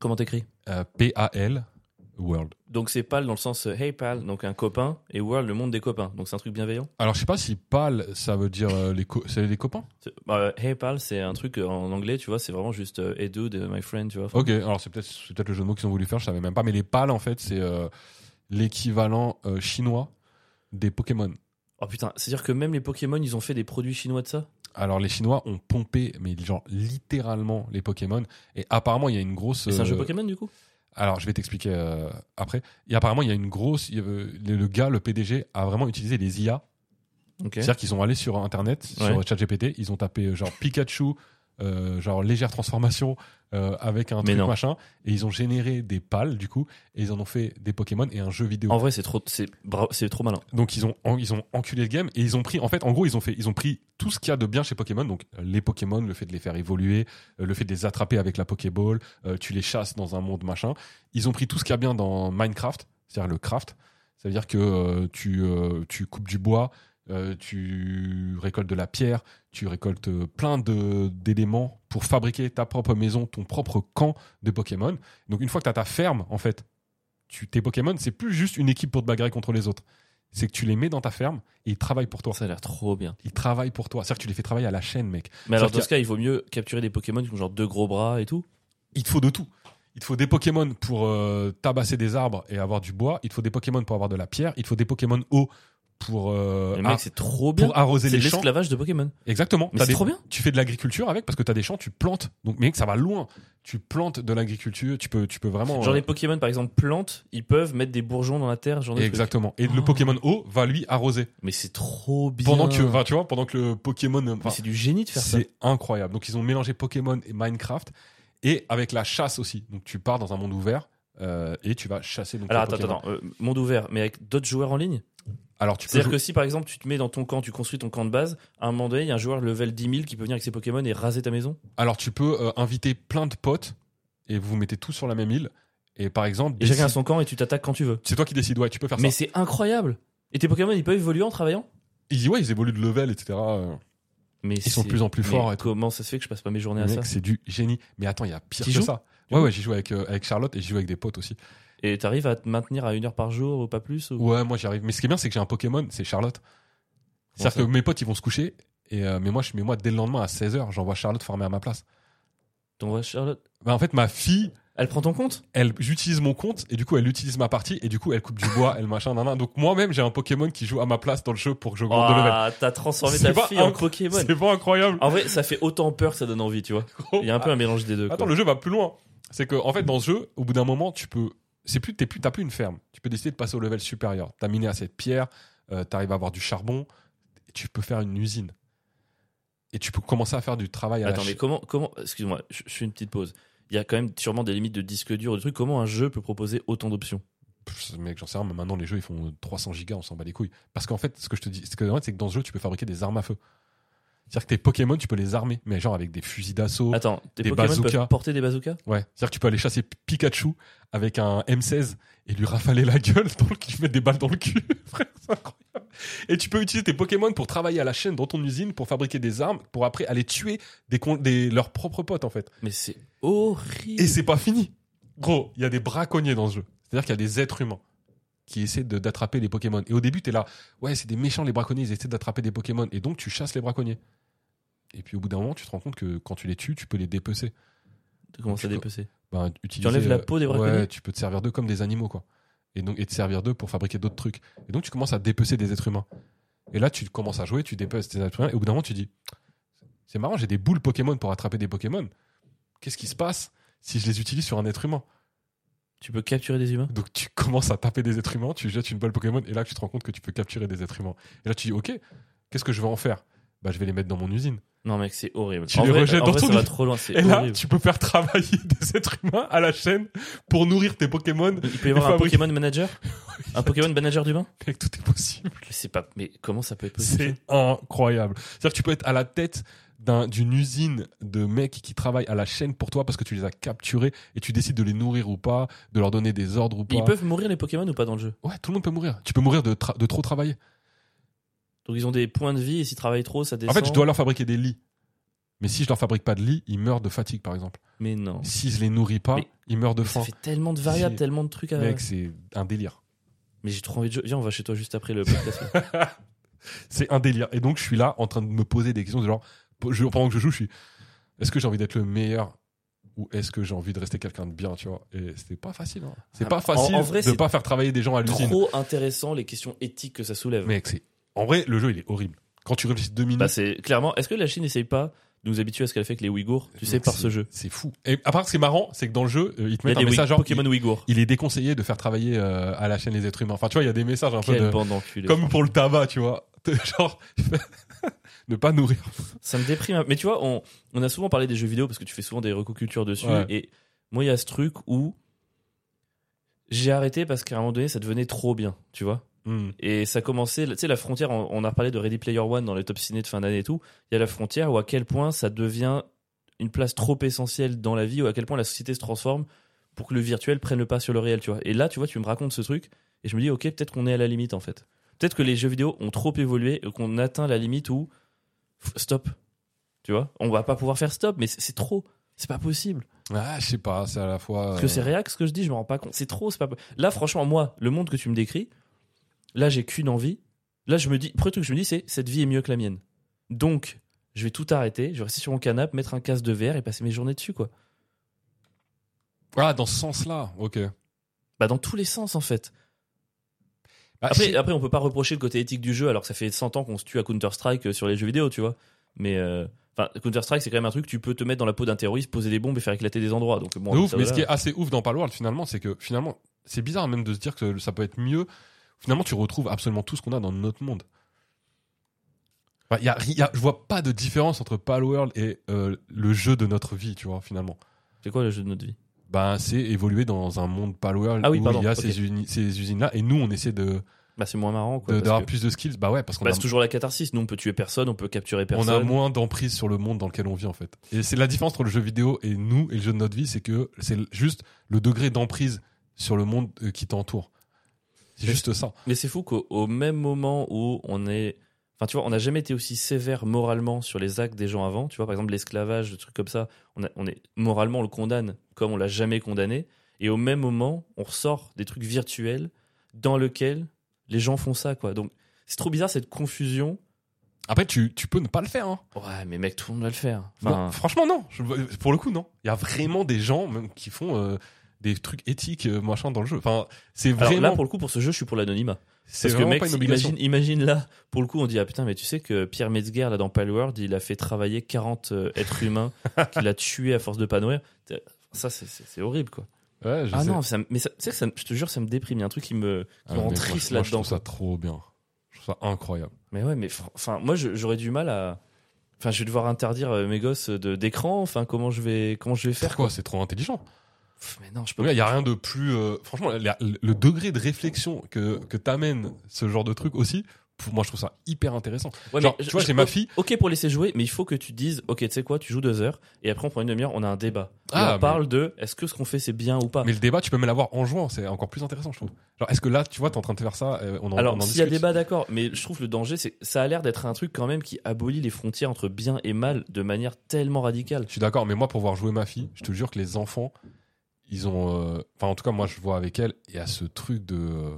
Comment t'écris
Euh, P-A-L World.
Donc c'est pal dans le sens euh, hey pal, donc un copain, et world le monde des copains. Donc c'est un truc bienveillant.
Alors, je sais pas si PAL, ça veut dire euh, les, co- c'est les copains.
C'est- bah, hey pal, c'est un truc euh, en anglais, tu vois, c'est vraiment juste euh, hey dude, euh, my friend, tu vois.
Ok, alors c'est peut-être c'est peut-être le jeu de mots qu'ils ont voulu faire, je savais même pas. Mais les PAL, en fait, c'est euh, l'équivalent euh, chinois des Pokémon.
Oh putain, c'est-à-dire que même les Pokémon, ils ont fait des produits chinois de ça
Alors, les Chinois ont pompé, mais genre littéralement, les Pokémon. Et apparemment, il y a une grosse.
Et C'est un jeu
euh,
Pokémon du coup
Alors, je vais t'expliquer euh, après. Et apparemment, il y a une grosse. il y a, euh, le, le gars, le PDG, a vraiment utilisé les IA.
Ok.
C'est-à-dire qu'ils sont allés sur Internet,
Ouais.
sur ChatGPT, ils ont tapé euh, genre Pikachu, euh, genre légère transformation euh, avec un
Mais
truc
non.
machin, et ils ont généré des pales du coup, et ils en ont fait des Pokémon et un jeu vidéo.
En vrai, c'est trop, c'est bra- c'est trop malin.
Donc ils ont en- ils ont enculé le game et ils ont pris en fait en gros ils ont fait ils ont pris tout ce qu'il y a de bien chez Pokémon donc euh, les Pokémon le fait de les faire évoluer euh, le fait de les attraper avec la Pokéball euh, tu les chasses dans un monde machin ils ont pris tout ce qu'il y a bien dans Minecraft c'est-à-dire le craft ça veut dire que euh, tu euh, tu coupes du bois euh, tu récoltes de la pierre, tu récoltes euh, plein de- d'éléments pour fabriquer ta propre maison, ton propre camp de Pokémon. Donc une fois que tu as ta ferme, en fait, tu, tes Pokémon, c'est plus juste une équipe pour te bagarrer contre les autres. C'est que tu les mets dans ta ferme et ils travaillent pour toi.
Ça a l'air trop bien.
Ils travaillent pour toi. C'est-à-dire que tu les fais travailler à la chaîne, mec.
Mais alors,
qu'il y
dans
a-
ce cas, il vaut mieux capturer des Pokémon qui ont genre deux gros bras et tout.
il te faut de tout. Il te faut des Pokémon pour euh, tabasser des arbres et avoir du bois. Il te faut des Pokémon pour avoir de la pierre. Il te faut des Pokémon eau pour, euh,
Mais
ar-
mec, c'est trop bien.
pour arroser
C'est
les
de
champs.
l'esclavage de Pokémon.
Exactement.
Mais
T'as
c'est
des-
trop bien.
Tu fais de l'agriculture avec parce que tu as des champs, tu plantes. Donc, mec, ça va loin. Tu plantes de l'agriculture, tu peux, tu peux vraiment.
Genre
euh,
les Pokémon, par exemple, plantes, ils peuvent mettre des bourgeons dans la terre, genre des trucs.
Exactement. Et
Oh.
le Pokémon eau va lui arroser.
Mais c'est trop bien.
Pendant que, enfin, tu vois, pendant que le Pokémon. enfin,
Mais c'est du génie de faire ça.
C'est incroyable. Donc ils ont mélangé Pokémon et Minecraft et avec la chasse aussi. Donc tu pars dans un monde ouvert euh, et tu vas chasser. Donc,
Alors
les
attends,
Pokémon.
attends, attends, euh, monde ouvert, mais avec d'autres joueurs en ligne.
Alors tu peux
C'est-à-dire que
jouer-
si par exemple tu te mets dans ton camp, tu construis ton camp de base, à un moment donné, il y a un joueur level 10 000 qui peut venir avec ses Pokémon et raser ta maison.
alors tu peux euh, inviter plein de potes et vous vous mettez tous sur la même île et par exemple
Et chacun
décide-
a son camp et tu t'attaques quand tu veux.
c'est toi qui décides ouais tu peux faire
Mais
ça.
c'est incroyable. Et tes Pokémon, ils peuvent évoluer en travaillant
Ils disent ouais ils évoluent de level etc. euh,
mais
Ils sont de plus en plus
mais
forts et tout.
Comment ça se fait que je passe pas mes journées à
mec,
ça
c'est du génie. Mais attends il y a pire
T'y
que
joues
ça.
Du
Ouais
coup
ouais j'ai joué avec euh, avec Charlotte et j'ai joué avec des potes aussi.
Et t'arrives à te maintenir à une heure par jour ou pas plus ou...
Ouais moi j'y arrive. Mais ce qui est bien c'est que j'ai un Pokémon c'est Charlotte.
Comment
C'est-à-dire que mes potes ils vont se coucher et euh, mais moi je mais moi dès le lendemain à 16h j'envoie Charlotte farmer à ma place.
Ton vrai Charlotte
Bah, en fait ma fille
Elle prend ton compte
elle j'utilise mon compte et du coup elle utilise ma partie et du coup elle coupe du bois elle machin nan, nan. donc moi-même j'ai un Pokémon qui joue à ma place dans le jeu pour que je monte de level
Ah, t'as transformé
C'est
ta
pas
fille en
incro-
Pokémon.
c'est pas incroyable
En vrai, ça fait autant peur que ça donne envie, tu vois. Il y a un peu un mélange des deux. quoi.
attends le jeu va plus loin c'est que en fait dans ce jeu au bout d'un moment tu peux c'est plus t'es plus t'as plus une ferme tu peux décider de passer au level supérieur t'as miné assez de pierres euh, t'arrives à avoir du charbon et tu peux faire une usine et tu peux commencer à faire du travail à la
Attends, mais
chi-
comment, comment, excuse-moi, je, je fais une petite pause. Il y a quand même sûrement des limites de disque dur, de trucs. Comment un jeu peut proposer autant d'options
Pff, mec j'en sais rien mais maintenant les jeux ils font 300 gigas on s'en bat les couilles parce qu'en fait ce que je te dis ce que, en fait, c'est que dans ce jeu tu peux fabriquer des armes à feu c'est-à-dire que tes Pokémon tu peux les armer mais genre avec des fusils d'assaut
Attends, tes
Oh, Des
Pokémon
bazookas.
peuvent porter des bazookas
ouais c'est-à-dire que tu peux aller chasser P- Pikachu avec un M16 et lui rafaler la gueule <laughs> dans le cul, lui mettre des balles dans le cul <laughs> frère c'est incroyable et tu peux utiliser tes Pokémon pour travailler à la chaîne dans ton usine pour fabriquer des armes pour après aller tuer des, con- des leurs propres potes en fait
Mais c'est horrible.
et c'est pas fini. Gros, il y a des braconniers dans ce jeu. C'est-à-dire qu'il y a des êtres humains qui essaient de- d'attraper les Pokémon. Et au début, t'es là, ouais, c'est des méchants les braconniers, ils essaient d'attraper des Pokémon. Et donc, tu chasses les braconniers. Et puis, au bout d'un moment, tu te rends compte que quand tu les tues, tu peux les dépecer.
Comment ça
Tu-
dépecer
Ben, utiliser,
enlèves la
euh,
peau des braconniers
Ouais, tu peux te servir d'eux comme des animaux, quoi. Et, donc, et te servir d'eux pour fabriquer d'autres trucs. Et donc, tu commences à dépecer des êtres humains. Et là, tu commences à jouer, tu dépeces des êtres humains. Et au bout d'un moment, tu dis, c'est marrant, j'ai des boules Pokémon pour attraper des Pokémon. Qu'est-ce qui se passe si je les utilise sur un être humain
Tu peux capturer des humains
Donc tu commences à taper des êtres humains, tu jettes une balle Pokémon et là tu te rends compte que tu peux capturer des êtres humains. Et là tu dis ok, qu'est-ce que je vais en faire Bah je vais les mettre dans mon usine.
Non, mec, c'est horrible.
Tu
en
les
vrai,
rejettes
en
dans
vrai,
ton
ça va
lit.
trop loin, c'est
Et là
horrible.
tu peux faire travailler <laughs> des êtres humains à la chaîne pour nourrir tes Pokémon.
Il peut y avoir
les
un
fabriques.
Pokémon
<laughs>
manager Un Pokémon manager d'humain
Mec tout est possible.
Mais c'est pas. Mais comment ça peut être possible
C'est incroyable. C'est-à-dire que tu peux être à la tête d'un- d'une usine de mecs qui travaillent à la chaîne pour toi parce que tu les as capturés et tu décides de les nourrir ou pas, de leur donner des ordres ou
Mais
pas.
Ils peuvent mourir les Pokémon ou pas dans le jeu
Ouais, tout le monde peut mourir. Tu peux mourir de, tra- de trop travailler.
Donc ils ont des points de vie et s'ils travaillent trop, ça
En
descend.
fait, je dois leur fabriquer des lits. Mais si je leur fabrique pas de lits, ils meurent de fatigue, par exemple.
Mais non.
Si je les nourris pas,
Mais- euh.
ils meurent de
Ça
faim.
fait tellement de variables,
C'est-
tellement de trucs à.
Mec, c'est un délire.
Mais j'ai trop envie de jouer. Viens, on va chez toi juste après le
<laughs>
podcast. là.
C'est un délire. Et donc, je suis là en train de me poser des questions du genre, je- pendant que je joue, je suis, est-ce que j'ai envie d'être le meilleur ou est-ce que j'ai envie de rester quelqu'un de bien, tu vois Et c'était pas facile. hein. C'est
Ah,
pas
en-
facile
en vrai,
de
c'est
pas faire travailler des gens à l'usine.
trop intéressant les questions éthiques que ça soulève.
Mec, c'est, en vrai, le jeu, il est horrible. Quand tu réfléchis deux minutes,
Bah, c'est clairement. Est-ce que la Chine n'essaye pas de nous habituer à ce qu'elle fait avec les Ouïghours Tu sais,
Mec,
par
c'est-
ce jeu.
c'est fou. Et à part, ce qui est marrant, c'est que dans le jeu, euh, ils te
Il y a
mettent
des
un
Ouï-
message genre,
Pokémon Ouïghours.
il, il est déconseillé de faire travailler euh, à la chaîne les êtres humains. Enfin, tu vois, il y a des messages un peu
Quel
de,
bande d'enculés.
comme pour le tabac, tu vois. <laughs> Genre, ne pas nourrir.
Ça me déprime. un- Mais tu vois, on, on a souvent parlé des jeux vidéo parce que tu fais souvent des recos culture dessus.
Ouais.
Et moi, il y a ce truc où j'ai arrêté parce qu'à un moment donné, ça devenait trop bien, tu vois.
Hmm.
Et ça commençait, tu sais, la frontière, on, on a reparlé de Ready Player One dans les top ciné de fin d'année et tout. Il y a la frontière où à quel point ça devient une place trop essentielle dans la vie, ou à quel point la société se transforme pour que le virtuel prenne le pas sur le réel, tu vois. Et là, tu vois, tu me racontes ce truc, et je me dis, ok, peut-être qu'on est à la limite, en fait. Peut-être que les jeux vidéo ont trop évolué, et qu'on atteint la limite où f- stop. Tu vois, on va pas pouvoir faire stop, mais c'est c'est trop. C'est pas possible.
Ah, je sais pas, c'est à la fois.
Parce que
euh,
c'est réac ce que je dis, je me rends pas compte. C'est trop, c'est pas po- Là, franchement, moi, le monde que tu me décris, là, j'ai qu'une envie. Là, je me dis, le premier truc que je me dis, c'est cette vie est mieux que la mienne. Donc, je vais tout arrêter, je vais rester sur mon canapé, mettre un casque de VR et passer mes journées dessus, quoi.
Ah, dans ce sens-là, ok.
Bah, dans tous les sens, en fait.
Bah,
Après,
si-
après, on peut pas reprocher le côté éthique du jeu alors que ça fait 100 ans qu'on se tue à Counter-Strike euh, sur les jeux vidéo, tu vois. Mais euh, enfin, Counter-Strike, c'est quand même un truc, tu peux te mettre dans la peau d'un terroriste, poser des bombes et faire éclater des endroits. Donc, bon,
de ouf,
ça,
mais
voilà.
ce qui est assez ouf dans Palworld finalement, c'est que finalement, c'est bizarre même de se dire que ça peut être mieux. Finalement, tu retrouves absolument tout ce qu'on a dans notre monde. Enfin, y a ri- y a- je vois pas de différence entre Palworld et euh, le jeu de notre vie, tu vois, finalement.
C'est quoi le jeu de notre vie
Ben, c'est évoluer dans un monde Palworld
Ah oui,
où
pardon,
il y a
ok.
ces, uni- ces usines-là et nous, on essaie de
Bah, c'est moins marrant, quoi.
de-
parce
d'avoir
que-
plus de skills. Bah ouais, parce qu'on
bah,
a,
c'est toujours la catharsis. Nous, on peut tuer personne, on peut capturer
on
personne.
a moins d'emprise sur le monde dans lequel on vit en fait. Et c'est la différence entre le jeu vidéo et nous et le jeu de notre vie, c'est que c'est l- juste le degré d'emprise sur le monde euh, qui t'entoure. C'est
Mais-
juste ça.
Mais c'est fou qu'au au même moment où on est. Enfin, tu vois, on n'a jamais été aussi sévère moralement sur les actes des gens avant. Tu vois, par exemple, l'esclavage, des trucs comme ça. On, a- on est moralement, on le condamne comme on l'a jamais condamné. Et au même moment, on ressort des trucs virtuels dans lesquels les gens font ça, quoi. Donc, c'est trop bizarre cette confusion.
Après, tu, tu peux ne pas le faire. hein.
Ouais, mais mec, tout le monde va le faire.
Non,
Enfin,
franchement, non. Je- pour le coup, non. Il y a vraiment des gens même, qui font euh, des trucs éthiques, euh, machin, dans le jeu. Enfin, c'est
alors là,
vraiment,
pour le coup, pour ce jeu, je suis pour l'anonymat.
c'est
Parce que
vraiment
mec,
pas une
si-
obligation.
imagine, imagine là, pour le coup, on dit ah putain, mais tu sais que Pierre Metzger là dans Palworld, il a fait travailler 40 euh, êtres humains
<laughs>
qu'il a tués à force de pas nourrir. T'es- Ça, c'est- c'est c'est horrible quoi.
Ouais, je
ah
sais.
non, ça me- mais ça- tu sais que ça, me- je te jure, ça me déprime. Il y a un truc qui me, qui
Ah,
me
mais
rend
moi, je-
triste
moi, Je
là-dedans.
trouve ça trop bien. Je trouve ça incroyable.
Mais ouais, mais fr- enfin, moi, je- j'aurais du mal à. Enfin, je vais devoir interdire euh, mes gosses de d'écran. Enfin, comment je vais, comment je vais faire
Faire quoi C'est trop intelligent.
Pff, Mais non, je peux.
Il n'y a rien de plus. euh, franchement, la- le degré de réflexion que, que t'amène ce genre de truc aussi, pour moi, je trouve ça hyper intéressant.
Ouais,
Genre,
mais
tu
je-
vois,
je-
j'ai ma fille.
Ok pour laisser jouer, mais il faut que tu dises, ok, tu sais quoi, tu joues deux heures, et après on prend une demi-heure, on a un débat. Et
Ah,
on
mais-
parle de, est-ce que ce qu'on fait c'est bien ou pas
Mais le débat, tu peux même l'avoir en jouant, c'est encore plus intéressant, je trouve. Genre, est-ce que là, tu vois, t'es en train de faire ça euh, on en, on en
Alors, s'il y a
discute.
débat, d'accord, mais je trouve le danger, c'est ça a l'air d'être un truc quand même qui abolit les frontières entre bien et mal de manière tellement radicale.
Je suis d'accord, mais moi, pour voir jouer ma fille, je te jure que les enfants, ils ont. euh, Enfin, en tout cas, moi, je vois avec elle, il y a ce truc de. euh,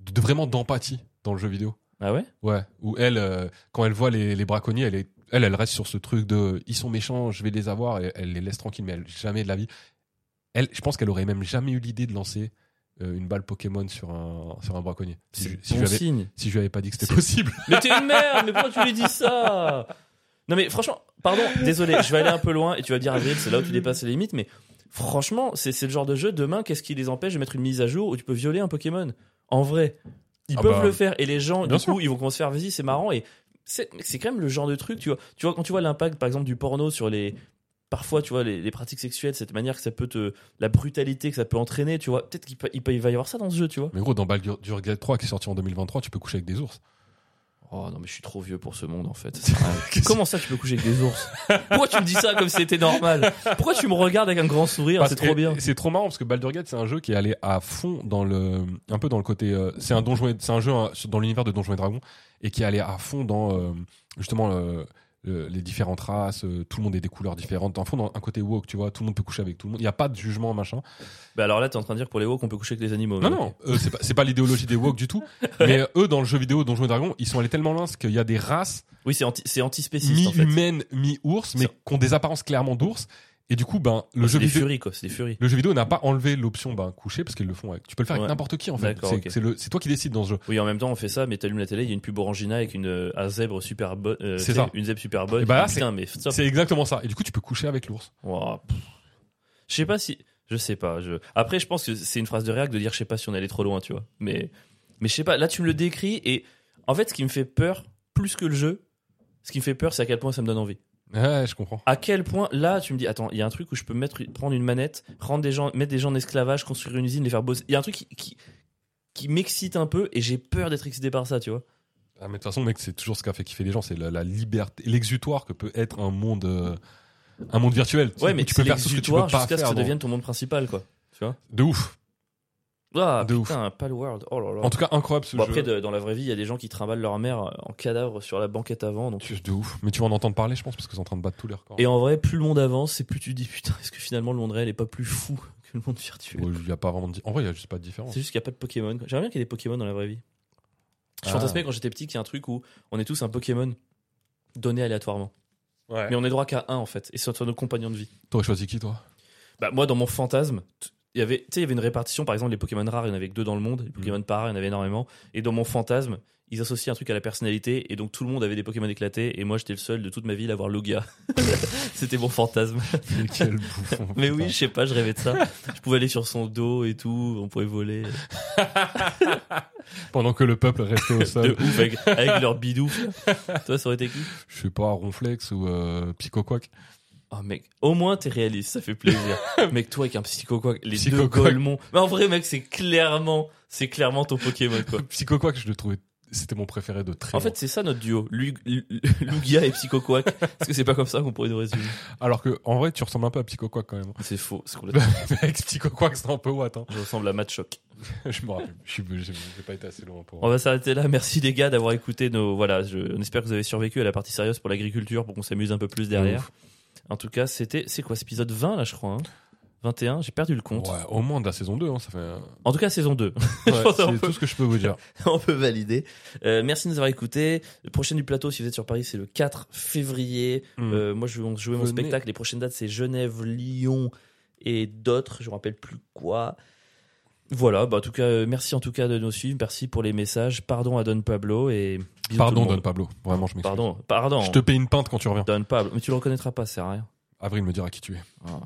de, de vraiment d'empathie dans le jeu vidéo.
Ah ouais
Ouais, où elle, euh, quand elle voit les, les braconniers, elle, est, elle, elle reste sur ce truc de euh, ils sont méchants, je vais les avoir, et elle les laisse tranquilles, mais elle, jamais de la vie. Elle, je pense qu'elle aurait même jamais eu l'idée de lancer euh, une balle Pokémon sur un, sur un braconnier. Si,
C'est
je- si je
bon
lui avais,
signe.
si je lui avais pas dit que c'était
C'est-
possible.
Mais t'es une merde, mais pourquoi tu lui dis ça Non mais franchement, pardon, désolé, je vais aller un peu loin et tu vas dire Avril, c'est là où tu dépasses les limites, mais franchement, c'est c'est le genre de jeu, demain, qu'est-ce qui les empêche de mettre une mise à jour où tu peux violer un Pokémon En vrai, ils
Ah
peuvent
bah,
le faire et les gens,
bien
du coup, ils vont commencer à faire, vas-y, c'est marrant et c'est c'est quand même le genre de truc, tu vois. Tu vois, quand tu vois l'impact, par exemple, du porno sur les... Parfois, tu vois, les, les pratiques sexuelles, cette manière que ça peut te... La brutalité que ça peut entraîner, tu vois. Peut-être qu'il peut- il peut- il va y avoir ça dans ce jeu, tu vois.
Mais gros, dans Baldur's Gate 3 qui est sorti en 2023, tu peux coucher avec des ours.
Oh non, mais je suis trop vieux pour ce monde en <laughs> fait. Ah, Comment ça, tu peux coucher avec des ours Pourquoi tu me dis ça comme si c'était normal Pourquoi tu me regardes avec un grand sourire
Parce
C'est
que-
trop bien.
C'est trop marrant parce que Baldur's Gate, c'est un jeu qui est allé à fond dans le, un peu dans le côté, euh, c'est un donjon, et- c'est un jeu hein, sur- dans l'univers de Donjons et Dragons et qui est allé à fond dans euh, justement euh, euh, les différentes races, euh, tout le monde est des couleurs différentes, en fond dans un côté woke, tu vois, tout le monde peut coucher avec tout le monde, il n'y a pas de jugement machin.
Bah alors là, t'es en train de dire que pour les woke, on peut coucher avec les animaux.
Non
mais
non,
ok.
euh, c'est pas, c'est pas l'idéologie des woke
<laughs>
du tout, mais euh, eux dans le jeu vidéo Donjons et Dragons, ils sont allés tellement loin parce qu'il y a des races
Oui, c'est anti, c'est antispéciste en fait.
mi-humaines, mi-ours, mais qui ont des apparences clairement d'ours et du coup ben le
C'est
jeu
des
vidéo
furies quoi, c'est des furies.
Le jeu vidéo n'a pas enlevé l'option ben, coucher parce qu'ils le font avec. Tu peux le faire avec
Ouais.
n'importe qui en fait.
D'accord,
C'est
ok.
c'est le- c'est toi qui décides dans ce jeu.
Oui, en même temps, on fait ça, mais t'allumes la télé, il y a une pub Orangina avec une euh, un zèbre super bonne. euh, tu
C'est
sais,
ça.
Une zèbre super bonne.
Et bah là,
Tu dis, Putain, mais stop.
C'est exactement ça. Et du coup, tu peux coucher avec l'ours.
Ouah, pff. Je sais pas si. Je sais pas. Je... Après, je pense que c'est une phrase de réac de dire je sais pas si on allait trop loin, tu vois. Mais, mais je sais pas. Là, tu me le décris et en fait, ce qui me fait peur, plus que le jeu, ce qui me fait peur, c'est à quel point ça me donne envie.
Ouais, je comprends.
À quel point, là, tu me dis, attends, il y a un truc où je peux mettre, prendre une manette, rendre des gens, mettre des gens en esclavage, construire une usine, les faire bosser. Il y a un truc qui, qui, qui m'excite un peu et j'ai peur d'être excité par ça, tu vois.
Ah, mais de toute façon, mec, c'est toujours ce qu'a fait kiffer les gens. C'est la, la liberté, l'exutoire que peut être un monde, euh, un monde virtuel.
Ouais, mais
tu peux
c'est
faire tout ce que tu
l'exutoire
peux pas
jusqu'à ce que
faire.
ça
dans-
devienne ton monde principal, quoi. Tu vois
De ouf.
Ah,
De ouf.
putain, un Palworld. Oh là là.
En tout cas, incroyable ce
Bon,
jeu.
après, de- dans la vraie vie, il y a des gens qui trimballent leur mère en cadavre sur la banquette avant. Donc...
Tu- De ouf. Mais tu vas en entendre parler, je pense, parce que c'est en train de battre tous les records.
Et en vrai, plus le monde avance, et plus tu te dis putain, est-ce que finalement le monde réel est pas plus fou <laughs> que le monde virtuel
Ouais, Il y a pas vraiment de... En vrai, il n'y a juste pas de différence.
C'est juste qu'il n'y a pas de Pokémon. quoi. J'aimerais bien qu'il y ait des Pokémon dans la vraie vie. Je
Ah.
fantasmais quand j'étais petit qu'il y a un truc où on est tous un Pokémon donné aléatoirement.
Ouais.
Mais on est droit qu'à un en fait, et c'est entre nos compagnons de vie.
T'aurais choisi qui, toi
Bah, moi, dans mon fantasme, t- il y avait, tu sais, il y avait une répartition. Par exemple, les Pokémon rares, il y en avait que deux dans le monde. Les Pokémon pas rares, il y en avait énormément. Et dans mon fantasme, ils associaient un truc à la personnalité. Et donc, tout le monde avait des Pokémon éclatés. Et moi, j'étais le seul de toute ma ville à avoir Logia. <laughs> C'était mon fantasme.
Mais quel bouffon.
<laughs> Mais
putain.
oui, je sais pas, je rêvais de ça. Je pouvais aller sur son dos et tout. On pouvait voler.
Pendant que le peuple restait au
<laughs> De
sol.
ouf, avec, avec leur bidou. Toi, ça aurait été qui
Je sais pas, Ronflex ou euh, Psychoquack.
Oh mec, au moins t'es réaliste, ça fait <laughs> plaisir. mec, toi avec un psycho quoi, les deux
Psychoquac.
Golemon. Mais en vrai, mec, c'est clairement, c'est clairement ton Pokémon quoi.
Psychoquack, je le trouvais. C'était mon préféré de très
En fait, c'est ça notre duo, Lu- Lu- Lugia et Psycho Quack. Est-ce que c'est pas comme ça qu'on pourrait nous résumer
longtemps. Alors que, en vrai, tu ressembles un peu à Psychoquack quand même. <laughs>
C'est faux, c'est complètement.
Mais Avec Psychoquack, c'est un peu what, hein.
Je ressemble à Matchok.
Je me rappelle. Je suis- J'ai j'ai pas été assez loin pour.
On va s'arrêter là. Merci les gars d'avoir écouté nos. Voilà, je- on espère que vous avez survécu à la partie sérieuse pour l'agriculture pour qu'on s'amuse un peu plus derrière. En tout cas, c'était. C'est quoi cet épisode 20 là, je crois hein 21, j'ai perdu le compte.
Ouais, au moins de la saison 2, hein, ça fait. euh,
En tout cas, saison <laughs> 2.
ouais,
pense un
c'est
peu.
tout ce que <laughs> je peux vous dire.
on peut valider. Euh, merci de nous avoir écoutés. Le prochain du plateau, si vous êtes sur Paris, c'est le 4 février.
Mm.
Euh, moi, je vais jouer mon
Venez.
spectacle. Les prochaines dates, c'est Genève, Lyon et d'autres. Je ne me rappelle plus quoi. Voilà, bah, en tout cas, euh, merci en tout cas de nous suivre. Merci pour les messages. Pardon à Don Pablo et bisous tout
Pardon,
le
Don
monde.
Pablo. Vraiment, je m'excuse.
Pardon, pardon.
Je te paye une pinte quand tu reviens.
Don Pablo, mais tu le reconnaîtras pas, ça sert à rien.
Avril me dira qui tu es.
Ah.